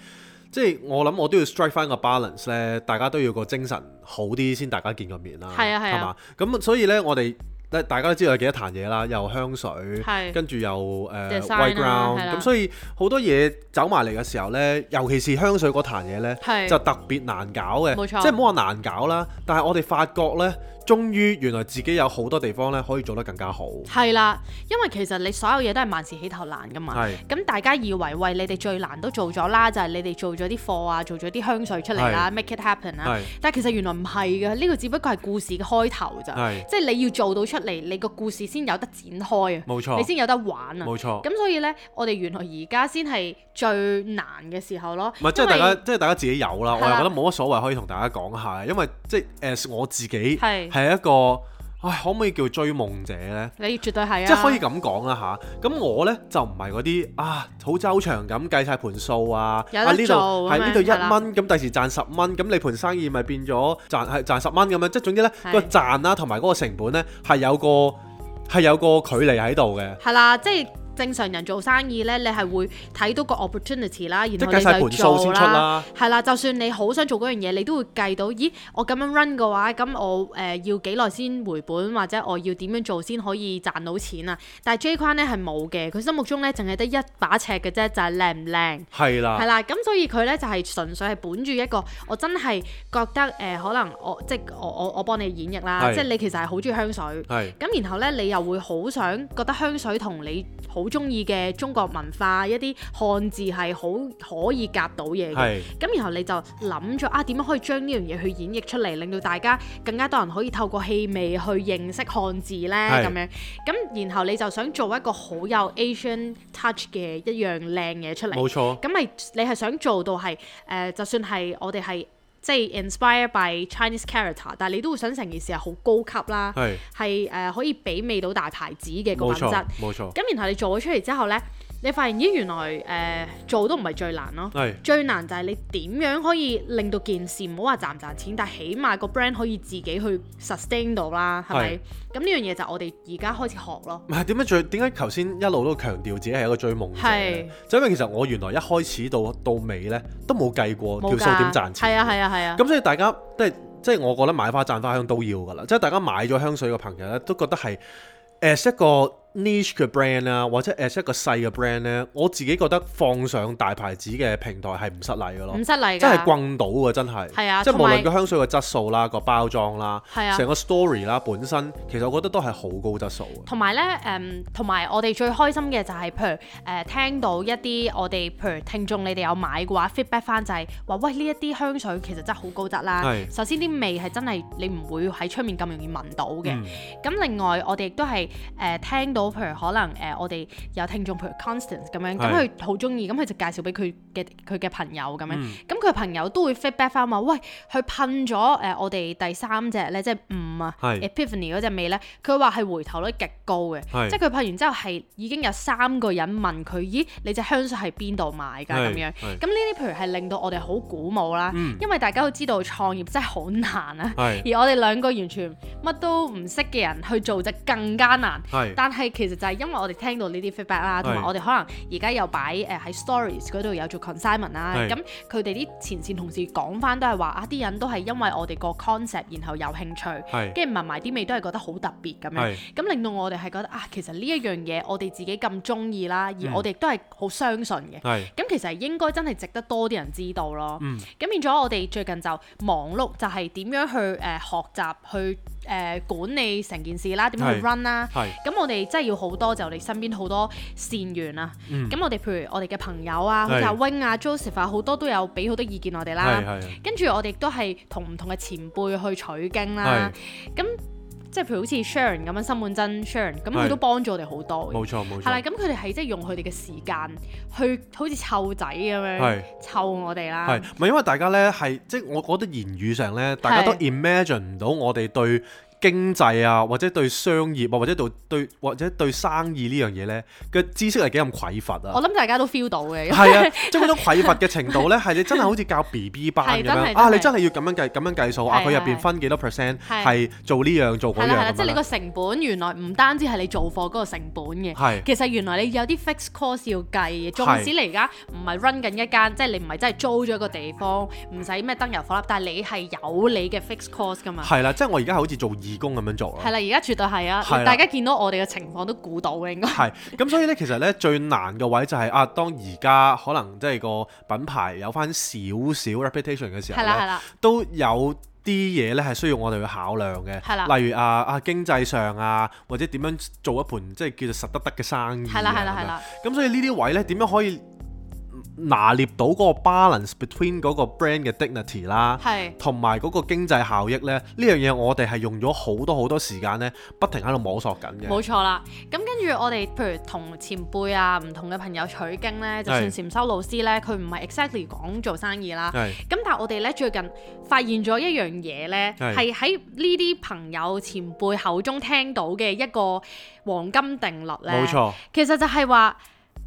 [SPEAKER 1] 即係我諗我都要 strike 翻個 balance 咧，大家都要個精神好啲先，大家見個面啦，
[SPEAKER 2] 係啊係
[SPEAKER 1] 係嘛
[SPEAKER 2] 啊？
[SPEAKER 1] 咁所以咧，我哋咧大家都知道有幾多壇嘢啦，又香水，
[SPEAKER 2] 係
[SPEAKER 1] 跟住又誒
[SPEAKER 2] Design 啊
[SPEAKER 1] white ground，
[SPEAKER 2] 係啦
[SPEAKER 1] 咁所以好多嘢走埋嚟嘅時候咧，尤其是香水嗰壇嘢咧。
[SPEAKER 2] 係
[SPEAKER 1] 就特別難搞嘅，
[SPEAKER 2] 冇錯
[SPEAKER 1] 即係唔好話難搞啦。但係我哋發覺呢，終於原來自己有好多地方呢可以做得更加好。
[SPEAKER 2] 係啦，因為其實你所有嘢都係萬事起頭難噶嘛。
[SPEAKER 1] 係
[SPEAKER 2] 咁大家以為喂你哋最難都做咗啦，就係、你哋做咗啲貨啊，做咗啲香水出嚟啦，make it happen 啦
[SPEAKER 1] 係。
[SPEAKER 2] 但係其實原來唔係嘅，呢、個只不過係故事嘅開頭咋
[SPEAKER 1] 係，
[SPEAKER 2] 即係你要做到出嚟，你個故事先有得展開啊，
[SPEAKER 1] 冇錯
[SPEAKER 2] 你先有得玩啊。
[SPEAKER 1] 冇錯
[SPEAKER 2] 咁所以呢，我哋原來而家先係最難嘅時候咯。
[SPEAKER 1] 唔係，即係
[SPEAKER 2] 因為
[SPEAKER 1] 大家，即係大家自己有啦。我
[SPEAKER 2] 係啦
[SPEAKER 1] 又覺得冇乜所謂，可以同大家講下嘅，因為即係 as 我自己
[SPEAKER 2] 係
[SPEAKER 1] 係一個，唉，可唔可以叫追夢者呢？
[SPEAKER 2] 你絕對係啊，
[SPEAKER 1] 即係可以咁講啦吓，咁我呢就唔係嗰啲啊好周詳咁計晒盤數啊，
[SPEAKER 2] 有
[SPEAKER 1] 啊
[SPEAKER 2] 得
[SPEAKER 1] 呢度
[SPEAKER 2] 做
[SPEAKER 1] 係
[SPEAKER 2] 咁樣
[SPEAKER 1] 呢度一
[SPEAKER 2] 係啦
[SPEAKER 1] 蚊，咁第時賺十蚊，咁你盤生意咪變咗賺係賺十蚊咁樣，即係總之呢
[SPEAKER 2] 係
[SPEAKER 1] 個賺啦同埋嗰個成本呢係有個係有個距離喺度嘅，
[SPEAKER 2] 係啦，即係正常人做生意呢，你係會睇到個 opportunity 啦，然
[SPEAKER 1] 即
[SPEAKER 2] 後
[SPEAKER 1] 係計晒盤
[SPEAKER 2] 你就
[SPEAKER 1] 數
[SPEAKER 2] 做
[SPEAKER 1] 先出啦。
[SPEAKER 2] 係啦，就算你好想做嗰樣嘢，你都會計到，咦？我咁樣 run 嘅話，咁我誒、呃要幾耐先回本，或者我要點樣做先可以賺到錢啊？但係 J 框咧係冇嘅，佢心目中咧淨係得一把尺嘅啫，就係靚唔靚。
[SPEAKER 1] 係啦
[SPEAKER 2] 係，啦，咁所以佢咧就係、純粹係本住一個，我真係覺得誒、呃可能我即係我我我幫你演繹啦，
[SPEAKER 1] 係
[SPEAKER 2] 即係你其實係好中意香水，
[SPEAKER 1] 係
[SPEAKER 2] 咁然後咧，你又會好想覺得香水同你好中意嘅中國文化一啲漢字係好可以夾到嘢嘅
[SPEAKER 1] 係。
[SPEAKER 2] 咁然後你就諗咗啊，點樣可以將呢樣嘢去演繹出嚟，令到大家更加多人可以透過氣味去認識漢字呢？
[SPEAKER 1] 係
[SPEAKER 2] 咁樣。咁然後你就想做一個好有 Asian touch 嘅一樣靚嘢出嚟。
[SPEAKER 1] 冇錯。
[SPEAKER 2] 咁咪你係想做到係誒、呃就算係我哋係即係 inspire by Chinese character，但係你都會想成件事係好高級啦，
[SPEAKER 1] 係
[SPEAKER 2] 係誒、呃可以媲美到大牌子嘅個
[SPEAKER 1] 冇
[SPEAKER 2] 品
[SPEAKER 1] 錯
[SPEAKER 2] 質。
[SPEAKER 1] 冇錯，
[SPEAKER 2] 咁然後你做咗出嚟之後呢，你發現咦原來誒、呃做都唔係最難咯。
[SPEAKER 1] 係
[SPEAKER 2] 最難就係你點樣可以令到件事唔好話賺唔賺錢，但係起碼個 brand 可以自己去 sustain 到啦，係咪
[SPEAKER 1] 係？
[SPEAKER 2] 咁呢樣嘢就係我哋而家開始學咯。
[SPEAKER 1] 唔係點解最點解頭先一路都強調自己係一個追夢者
[SPEAKER 2] 係
[SPEAKER 1] 呢？就因為其實我原來一開始到到尾呢，都冇計過條
[SPEAKER 2] 冇
[SPEAKER 1] 數點賺錢。
[SPEAKER 2] 係啊係啊係啊。
[SPEAKER 1] 咁所以大家即係即係我覺得買花讚花香都要㗎啦，即係大家買咗香水嘅朋友咧，都覺得係 as 一個 niche 嘅 brand 啊，或者 as 一個細嘅 brand 咧，我自己覺得放上大牌子嘅平台係唔失禮嘅咯
[SPEAKER 2] 唔。失禮㗎。
[SPEAKER 1] 真係棍到嘅，真係。
[SPEAKER 2] 係啊
[SPEAKER 1] 即係
[SPEAKER 2] 同
[SPEAKER 1] 無
[SPEAKER 2] 埋
[SPEAKER 1] 論個香水嘅質素啦、個包裝啦、
[SPEAKER 2] 係啊
[SPEAKER 1] 成個 story 啦，本身其實我覺得都係好高質素啊嘅。
[SPEAKER 2] 同埋咧，誒、同埋我哋最開心嘅就係、譬如誒、聽到一啲我哋譬如聽眾你哋有買嘅話，feedback 翻就係、話，喂呢一啲香水其實真係好高質啦。
[SPEAKER 1] 係
[SPEAKER 2] 首先啲味係真係你唔會喺出面咁容易聞到嘅。
[SPEAKER 1] 嗯
[SPEAKER 2] 咁另外我哋亦都係誒聽到譬如可能誒、我哋有聽眾譬如 Constance 咁樣，咁
[SPEAKER 1] 係
[SPEAKER 2] 佢好中意，咁佢就介紹俾佢嘅佢嘅朋友咁樣，咁佢、朋友都會 feedback 翻話，喂佢噴咗誒、我哋第三隻咧，即係五啊
[SPEAKER 1] 係
[SPEAKER 2] Epiphany 嗰隻味咧，佢話係回頭率極高嘅，
[SPEAKER 1] 係
[SPEAKER 2] 即係佢噴完之後係已經有三個人問佢，咦你隻香水係邊度買㗎
[SPEAKER 1] 係
[SPEAKER 2] 咁樣？
[SPEAKER 1] 係嗯
[SPEAKER 2] 咁呢啲譬如係令到我哋好鼓舞啦，因為大家都知道創業真係好難啊。
[SPEAKER 1] 係
[SPEAKER 2] 而我哋兩個完全乜都唔識嘅人去做就更加難。
[SPEAKER 1] 係
[SPEAKER 2] 但係其實就係因為我哋聽到呢啲 feedback 啦，同埋
[SPEAKER 1] 係
[SPEAKER 2] 我哋可能而家有擺誒喺 stories 嗰度有做 consignment 啦，
[SPEAKER 1] 係
[SPEAKER 2] 咁佢哋啲前線同事講翻都係話啊，啲人都係因為我哋個 concept 然後有興趣，
[SPEAKER 1] 係
[SPEAKER 2] 跟住聞埋啲味都係覺得好特別咁樣
[SPEAKER 1] 係，
[SPEAKER 2] 咁令到我哋係覺得啊，其實呢一樣嘢我哋自己咁中意啦，
[SPEAKER 1] 嗯
[SPEAKER 2] 而我哋都係好相信嘅。
[SPEAKER 1] 係
[SPEAKER 2] 咁其實應該真係值得多啲人知道咯。咁、
[SPEAKER 1] 嗯
[SPEAKER 2] 變咗我哋最近就忙碌，就係點樣去誒、呃、學習去誒、呃管理成件事啦，點樣去
[SPEAKER 1] 係
[SPEAKER 2] run 啦。
[SPEAKER 1] 係
[SPEAKER 2] 咁我哋真係要好多就你身邊好多善緣啊。
[SPEAKER 1] 嗯
[SPEAKER 2] 咁、我哋譬如我哋嘅朋友啊，
[SPEAKER 1] 係
[SPEAKER 2] 好似阿 Wing 啊、Joseph 啊，好多都有俾好多意見我哋
[SPEAKER 1] 係
[SPEAKER 2] 啦。
[SPEAKER 1] 係
[SPEAKER 2] 跟住我哋亦都係同唔同嘅前輩去取經啦
[SPEAKER 1] 係。
[SPEAKER 2] 咁即係譬如好似 Sharon 咁樣新滿真 Sharon，咁佢
[SPEAKER 1] 係
[SPEAKER 2] 都幫咗我哋好多嘅。
[SPEAKER 1] 冇錯冇
[SPEAKER 2] 係啦，
[SPEAKER 1] 錯，
[SPEAKER 2] 咁佢哋係即係用佢哋嘅時間去好似湊仔咁樣
[SPEAKER 1] 係
[SPEAKER 2] 湊我哋啦
[SPEAKER 1] 係。咪因為大家咧係即係我覺得言語上咧，大家都 imagine 唔到我哋對經濟啊，或者對商業啊，或者對對或者對生意呢樣嘢咧嘅知識係幾咁匱乏啊
[SPEAKER 2] 我。諗大家都 feel 到嘅。
[SPEAKER 1] 係 啊，即係嗰種匱乏嘅程度咧，係你真係好似教 B B 班咁
[SPEAKER 2] 係真係
[SPEAKER 1] 樣啊！你
[SPEAKER 2] 真
[SPEAKER 1] 真係要咁樣計咁樣計數啊！
[SPEAKER 2] 係
[SPEAKER 1] 佢入
[SPEAKER 2] 係
[SPEAKER 1] 邊分幾多 percent
[SPEAKER 2] 係
[SPEAKER 1] 係做呢樣做
[SPEAKER 2] 係
[SPEAKER 1] 嗰
[SPEAKER 2] 啦係啦，
[SPEAKER 1] 樣
[SPEAKER 2] 即
[SPEAKER 1] 咁
[SPEAKER 2] 係你
[SPEAKER 1] 樣
[SPEAKER 2] 個成本原來唔單止係你做貨嗰個成本嘅，
[SPEAKER 1] 係
[SPEAKER 2] 其實原來你有啲 fixed cost 要計嘅。縱使你而家唔係 run 緊一間，即係你唔係真係租咗一個地方，唔使咩燈油火蠟，但係你係有你嘅 fixed cost 噶嘛。
[SPEAKER 1] 係啦，即係我而家好似做義工咁樣做
[SPEAKER 2] 係
[SPEAKER 1] 啦。
[SPEAKER 2] 啦，而家絕對係
[SPEAKER 1] 哦係
[SPEAKER 2] 啊！
[SPEAKER 1] 啦
[SPEAKER 2] 大家見到我哋嘅情況都估到嘅，應該
[SPEAKER 1] 係咁，所以咧其實咧最難嘅位就係啊，當而家可能即係個品牌有翻少少 reputation 嘅時候
[SPEAKER 2] 係啦係
[SPEAKER 1] 咧，
[SPEAKER 2] 啦，
[SPEAKER 1] 都有啲嘢咧係需要我哋去考量
[SPEAKER 2] 係
[SPEAKER 1] 嘅，
[SPEAKER 2] 啦
[SPEAKER 1] 例如啊啊經濟上啊，或者點樣做一盤即係叫做實得得嘅生意啊
[SPEAKER 2] 係啦係
[SPEAKER 1] 咁
[SPEAKER 2] 啦
[SPEAKER 1] 樣
[SPEAKER 2] 係啦，
[SPEAKER 1] 咁所以呢啲位咧，點樣可以拿捏到嗰個 balance between 嗰個 brand 嘅 dignity 啦，
[SPEAKER 2] 係
[SPEAKER 1] 同埋嗰個經濟效益咧？呢樣嘢我哋係用咗好多好多時間咧，不停喺度摸索緊嘅。
[SPEAKER 2] 冇錯啦。咁跟住我哋譬如同前輩啊、唔同嘅朋友取經咧，就算
[SPEAKER 1] 係
[SPEAKER 2] 禪修老師咧，佢唔係 exactly 講做生意啦。
[SPEAKER 1] 係
[SPEAKER 2] 咁但係我哋咧最近發現咗一樣嘢咧，
[SPEAKER 1] 係
[SPEAKER 2] 係喺呢啲朋友前輩口中聽到嘅一個黃金定律咧。
[SPEAKER 1] 冇，錯，
[SPEAKER 2] 其實就係話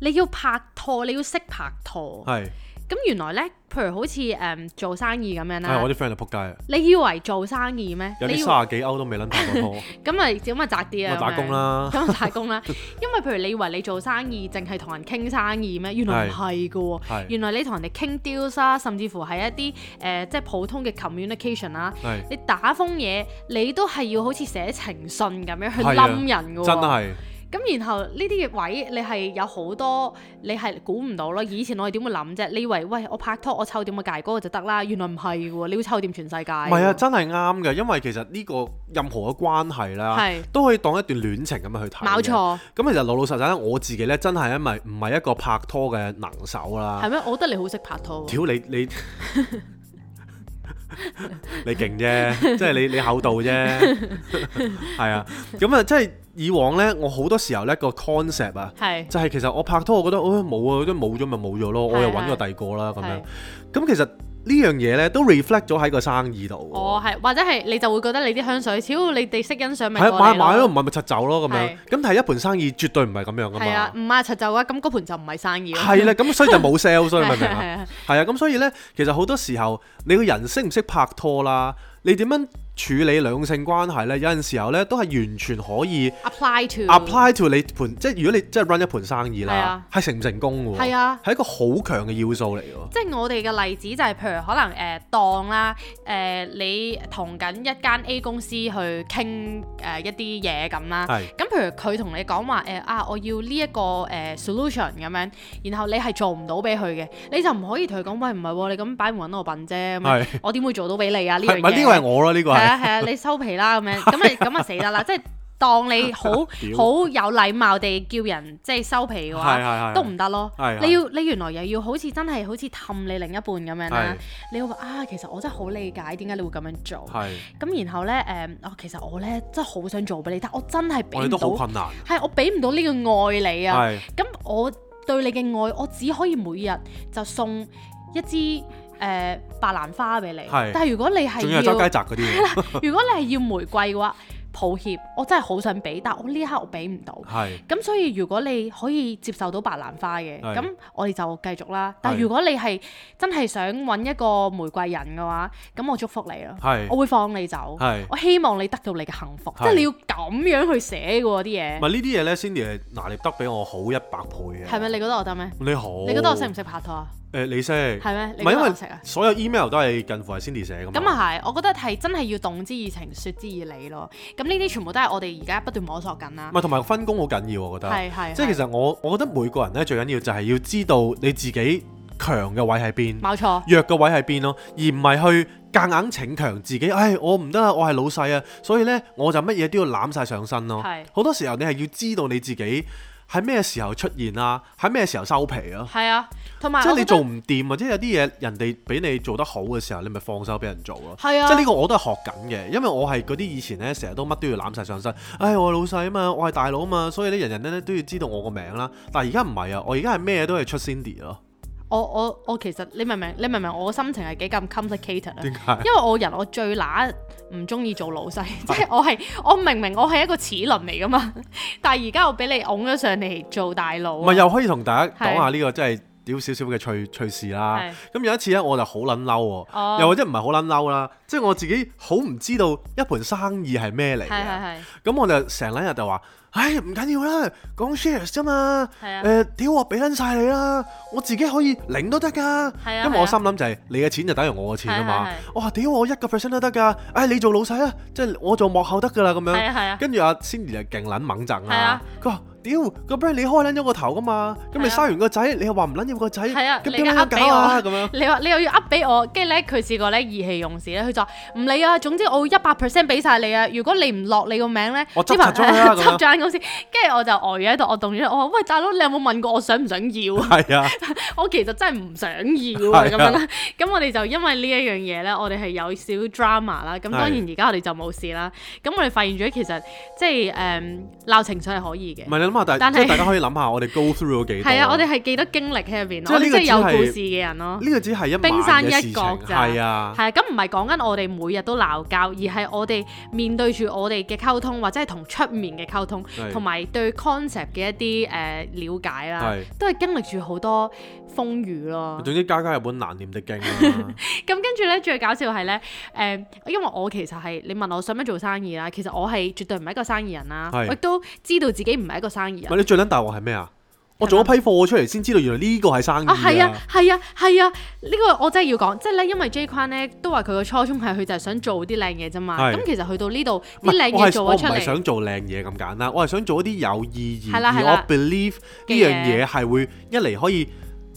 [SPEAKER 2] 你要拍拖，你要識拍拖。
[SPEAKER 1] 係
[SPEAKER 2] 咁原來咧，譬如好似誒、嗯做生意咁樣
[SPEAKER 1] 係
[SPEAKER 2] 啦
[SPEAKER 1] 我，啲 friend 就撲街啊，
[SPEAKER 2] 你以為做生意咩？
[SPEAKER 1] 有
[SPEAKER 2] 你
[SPEAKER 1] 啲
[SPEAKER 2] 要
[SPEAKER 1] 三十幾歐都未撚拍 過拖，咪
[SPEAKER 2] 咁咪咁咪宅啲啊！
[SPEAKER 1] 打工啦
[SPEAKER 2] 咁。樣。咁咪打工啦，因為譬如你以為你做生意淨係同人傾生意咩？原來唔係嘅喎。
[SPEAKER 1] 係
[SPEAKER 2] 原來你同人哋傾 deals 啦，甚至乎係一啲誒、呃即係普通嘅 communication 啦，
[SPEAKER 1] 係
[SPEAKER 2] 你打封嘢，你都係要好似寫情信咁樣去
[SPEAKER 1] 係啊
[SPEAKER 2] 冧人嘅喎。
[SPEAKER 1] 真係
[SPEAKER 2] 咁然後呢啲位你係有好多你係估唔到咯。以前我哋點會諗啫？你以為喂我拍拖我湊掂個界哥就得啦，原來唔係嘅喎，你要湊掂全世界
[SPEAKER 1] 唔
[SPEAKER 2] 喎。
[SPEAKER 1] 係啊？真係啱嘅，因為其實呢個任何嘅關係啦
[SPEAKER 2] 係，
[SPEAKER 1] 都可以當一段戀情咁樣去睇嘅。
[SPEAKER 2] 冇錯，
[SPEAKER 1] 咁其實老老實實咧，我自己咧真係因為唔係一個拍拖嘅能手啦
[SPEAKER 2] 係。咩？我覺得你好識拍拖
[SPEAKER 1] 啊
[SPEAKER 2] 喎。
[SPEAKER 1] 屌你 你你勁啫，即係你你厚道 啫，係啊。咁啊，即係以往咧，我好多時候咧個 concept 啊，
[SPEAKER 2] 係
[SPEAKER 1] 就係其實我拍拖，我覺得哦冇啊，都冇咗咪冇咗咯，我又
[SPEAKER 2] 係
[SPEAKER 1] 揾個
[SPEAKER 2] 係
[SPEAKER 1] 第二個啦咁樣
[SPEAKER 2] 係。
[SPEAKER 1] 咁其實呢樣嘢咧都 reflect 咗喺個生意度喎。
[SPEAKER 2] 哦，係，或者係你就會覺得你啲香水，超你哋識欣賞咪
[SPEAKER 1] 係啊
[SPEAKER 2] 過
[SPEAKER 1] 買
[SPEAKER 2] 你
[SPEAKER 1] 買咯，唔係咪柒走咯咁樣
[SPEAKER 2] 係。
[SPEAKER 1] 咁但係一盤生意絕對唔係咁樣噶
[SPEAKER 2] 係啊
[SPEAKER 1] 嘛，。
[SPEAKER 2] 唔抹柒就嘅話，咁嗰盤就唔係生意咯。
[SPEAKER 1] 係啦，咁所以就冇 sales 咯，你明唔明啊？
[SPEAKER 2] 係啊
[SPEAKER 1] 係啊，咁所以呢，其實好多時候你個人識唔識拍拖啦，你點樣處理兩性關係呢？有陣時候呢，都係完全可以
[SPEAKER 2] apply to
[SPEAKER 1] apply to 你盤，即係如果你真係 run 一盤生意
[SPEAKER 2] 嗯係
[SPEAKER 1] 啦
[SPEAKER 2] 啊，
[SPEAKER 1] 係成唔成功嘅喎，
[SPEAKER 2] 係啊
[SPEAKER 1] 係一個好強嘅要素嚟嘅
[SPEAKER 2] 即係我哋嘅例子就係譬如可能誒、呃、當啦，誒、你同緊一間 A 公司去傾誒、呃一啲嘢咁啦
[SPEAKER 1] 喎，。係
[SPEAKER 2] 咁譬如佢同你講話誒啊，我要呢、一個誒、呃 solution 咁樣，然後你係做唔到俾佢嘅，你就唔可以同佢講喂唔係喎，你咁擺門揾我笨啫，咁樣
[SPEAKER 1] 係
[SPEAKER 2] 我點會做到俾你啊？呢樣
[SPEAKER 1] 係咪
[SPEAKER 2] 嘢
[SPEAKER 1] 呢個係我咯？呢個
[SPEAKER 2] 係啊
[SPEAKER 1] 係
[SPEAKER 2] 係啊，你收皮啦咁樣，咁 咪咁咪啊死得啦！即係當你好
[SPEAKER 1] 屌
[SPEAKER 2] 好有禮貌地叫人即係收皮嘅
[SPEAKER 1] 係
[SPEAKER 2] 話，
[SPEAKER 1] 係係
[SPEAKER 2] 都唔得咯
[SPEAKER 1] 係。係
[SPEAKER 2] 你要你原來又要好似真係好似氹你另一半咁樣啦
[SPEAKER 1] 係，
[SPEAKER 2] 你要話啊，其實我真係好理解點解你會咁樣做。
[SPEAKER 1] 係
[SPEAKER 2] 咁然後呢，誒，哦，其實我呢真係好想做俾你，但我真係俾
[SPEAKER 1] 我哋
[SPEAKER 2] 唔
[SPEAKER 1] 都
[SPEAKER 2] 到
[SPEAKER 1] 好，困難，
[SPEAKER 2] 係我俾唔到呢個愛你啊。
[SPEAKER 1] 係
[SPEAKER 2] 咁我對你嘅愛，我只可以每日就送一支誒白蘭花俾你。
[SPEAKER 1] 係
[SPEAKER 2] 但係如果你係
[SPEAKER 1] 仲要係周
[SPEAKER 2] 要
[SPEAKER 1] 街摘嗰啲喎，
[SPEAKER 2] 如果你係要玫瑰嘅話，抱歉，我真係好想俾，但我呢一刻我俾唔到。
[SPEAKER 1] 係
[SPEAKER 2] 咁所以如果你可以接受到白蘭花嘅，
[SPEAKER 1] 係
[SPEAKER 2] 咁我哋就繼續啦。但
[SPEAKER 1] 係
[SPEAKER 2] 如果你係真係想揾一個玫瑰人嘅話，咁我祝福你咯，
[SPEAKER 1] 係
[SPEAKER 2] 我會放你走
[SPEAKER 1] 係，
[SPEAKER 2] 我希望你得到你嘅幸福，即
[SPEAKER 1] 係
[SPEAKER 2] 係你要咁樣去寫嘅
[SPEAKER 1] 唔
[SPEAKER 2] 喎啲嘢，
[SPEAKER 1] 係呢啲嘢呢 Cindy 係拿捏得比我好一百倍嘅。啊
[SPEAKER 2] 係咪？你覺得我得咩？
[SPEAKER 1] 你好，
[SPEAKER 2] 你覺得我識唔識拍拖啊？
[SPEAKER 1] 誒你識係
[SPEAKER 2] 係咩你
[SPEAKER 1] 唔係
[SPEAKER 2] 覺
[SPEAKER 1] 因
[SPEAKER 2] 得
[SPEAKER 1] 為
[SPEAKER 2] 我識啊
[SPEAKER 1] 所有 email 都係近乎係 Cindy 寫噶嘛。
[SPEAKER 2] 咁啊係，我覺得係真係要動之以情，説之以理咯。咁呢啲全部都係我哋而家不斷摸索緊啦
[SPEAKER 1] 唔。係同埋分工好緊要，我覺得。
[SPEAKER 2] 係係，
[SPEAKER 1] 即係其實我我覺得每個人咧最緊要就係要知道你自己強嘅位喺邊，
[SPEAKER 2] 冇錯。
[SPEAKER 1] 弱嘅位喺邊咯，而唔係去夾硬逞強自己。唉，我唔得啦，我係老啊細啊，所以咧我就乜嘢都要攬晒上身咯
[SPEAKER 2] 係。
[SPEAKER 1] 好多時候你係要知道你自己喺咩時候出現啊？喺咩時候收皮啊？
[SPEAKER 2] 係啊，同埋
[SPEAKER 1] 即
[SPEAKER 2] 我
[SPEAKER 1] 係
[SPEAKER 2] 覺
[SPEAKER 1] 你
[SPEAKER 2] 得
[SPEAKER 1] 做唔掂，或者有啲嘢人哋比你做得好嘅時候，你咪放手俾人做咯。
[SPEAKER 2] 係啊
[SPEAKER 1] 即係呢個我都係學緊嘅，因為我係嗰啲以前咧成日都乜都要攬晒上身。唉，我係老細啊嘛，我係大佬啊嘛，所以咧人人咧都要知道我個名啦。但係而家唔係啊，我而家係咩都係出 Cindy 咯。
[SPEAKER 2] 我我我其實你明唔明？你明唔明我心情係幾咁 complicated 啊？
[SPEAKER 1] 點解？
[SPEAKER 2] 因為我人我最乸唔中意做老細， 即係我係我明明我係一個齒輪嚟噶嘛，但係而家我俾你拱咗上嚟做大佬
[SPEAKER 1] 唔
[SPEAKER 2] 啊，
[SPEAKER 1] 係又可以同大家講下
[SPEAKER 2] 係
[SPEAKER 1] 呢個真係屌少少嘅趣趣事啦
[SPEAKER 2] 係。
[SPEAKER 1] 咁有一次咧，我就好撚嬲
[SPEAKER 2] 哦
[SPEAKER 1] 喎，又或者唔係好撚嬲啦，即係我自己好唔知道一盤生意係啊咩嚟
[SPEAKER 2] 係
[SPEAKER 1] 嘅。
[SPEAKER 2] 係
[SPEAKER 1] 咁我就成撚日就話：，唉，唔緊要啦，講 shares 啫嘛。
[SPEAKER 2] 係啊
[SPEAKER 1] 誒，屌我俾撚晒你啦，我自己可以零都得㗎。
[SPEAKER 2] 係啊
[SPEAKER 1] 因為我心諗就係你嘅錢就等於我嘅錢啊嘛
[SPEAKER 2] 係係。
[SPEAKER 1] 我話屌我一個 percent 都得㗎，唉，你做老細啊，即係我做幕後得㗎啦咁
[SPEAKER 2] 係啊係
[SPEAKER 1] 樣
[SPEAKER 2] 啊。
[SPEAKER 1] 跟住阿 Cindy 就勁撚猛震
[SPEAKER 2] 係
[SPEAKER 1] 啦
[SPEAKER 2] 啊。
[SPEAKER 1] 佢話：屌個 brand 你開撚咗個頭㗎嘛，咁你
[SPEAKER 2] 係啊
[SPEAKER 1] 生完個仔，你又話唔撚要個仔，
[SPEAKER 2] 係啊
[SPEAKER 1] 咁
[SPEAKER 2] 你
[SPEAKER 1] 點
[SPEAKER 2] 而
[SPEAKER 1] 撚
[SPEAKER 2] 家
[SPEAKER 1] 樣搞啊？咁 樣
[SPEAKER 2] 你話你又要噏俾我，跟住咧佢試過咧意氣用事咧，佢就話唔理啊，總之我一百 percent 俾晒你啊，如果你唔落你個名咧，
[SPEAKER 1] 我執
[SPEAKER 2] 呢
[SPEAKER 1] 咗
[SPEAKER 2] 排
[SPEAKER 1] 佢 啦咁樣
[SPEAKER 2] 執咗間公司，跟住我就呆咗喺度，我動咗，我話喂大佬，你有冇問過我想唔想要 啊？
[SPEAKER 1] 係啊，
[SPEAKER 2] 我其實真係唔想要啊
[SPEAKER 1] 係啊
[SPEAKER 2] 咁樣啦。咁我哋就因為呢一樣嘢咧，我哋係有少少 drama 啦。咁當然而家我哋就冇事啦。咁我哋發現咗其實即係誒鬧情緒係可以
[SPEAKER 1] 唔
[SPEAKER 2] 嘅。
[SPEAKER 1] 係你諗下，但係
[SPEAKER 2] 但係
[SPEAKER 1] 即係大家可以諗下，我哋 go through 咗幾多？
[SPEAKER 2] 係啊，我哋係幾多經歷喺入邊，
[SPEAKER 1] 即係
[SPEAKER 2] 我
[SPEAKER 1] 呢
[SPEAKER 2] 哋
[SPEAKER 1] 個
[SPEAKER 2] 即係有
[SPEAKER 1] 只係
[SPEAKER 2] 故事嘅人咯。
[SPEAKER 1] 呢個只係一晚
[SPEAKER 2] 冰山
[SPEAKER 1] 嘅事
[SPEAKER 2] 一
[SPEAKER 1] 情
[SPEAKER 2] 角咋，
[SPEAKER 1] 係啊，
[SPEAKER 2] 係啊，咁唔係講緊我哋每日都鬧交，而係我哋面對住我哋嘅溝通，或者係同出面嘅溝通，
[SPEAKER 1] 係
[SPEAKER 2] 同埋對 concept 嘅一啲誒、呃了解啦
[SPEAKER 1] 係，
[SPEAKER 2] 都係經歷住好多風雨咯。
[SPEAKER 1] 總之家家有本難念的經啊 啦。
[SPEAKER 2] 咁跟住咧，最搞笑係咧，誒、因為我其實係你問我想唔想做生意啦，其實我係絕對唔係一個生意人啦，
[SPEAKER 1] 係
[SPEAKER 2] 我亦都知道自己唔係一個生意
[SPEAKER 1] 唔係
[SPEAKER 2] 人。
[SPEAKER 1] 你最撚大鑊係咩啊？我做咗批貨出嚟先知道，原來呢個係生意
[SPEAKER 2] 啊，係啊，係啊，係啊！呢、個我真係要講，即係咧，因為 J 框咧都話佢個初衷係佢就係想做啲靚嘢啫嘛。
[SPEAKER 1] 係
[SPEAKER 2] 咁其實去到呢度，
[SPEAKER 1] 唔
[SPEAKER 2] 啲
[SPEAKER 1] 係我
[SPEAKER 2] 靚嘢
[SPEAKER 1] 係我
[SPEAKER 2] 做
[SPEAKER 1] 唔
[SPEAKER 2] 咗出
[SPEAKER 1] 係
[SPEAKER 2] 嚟，
[SPEAKER 1] 想做靚嘢咁簡單，我係想做一啲有意義，
[SPEAKER 2] 係啦係
[SPEAKER 1] 而
[SPEAKER 2] 啦
[SPEAKER 1] 我 believe 呢
[SPEAKER 2] 嘅
[SPEAKER 1] 樣
[SPEAKER 2] 嘢
[SPEAKER 1] 嘢係會一嚟可以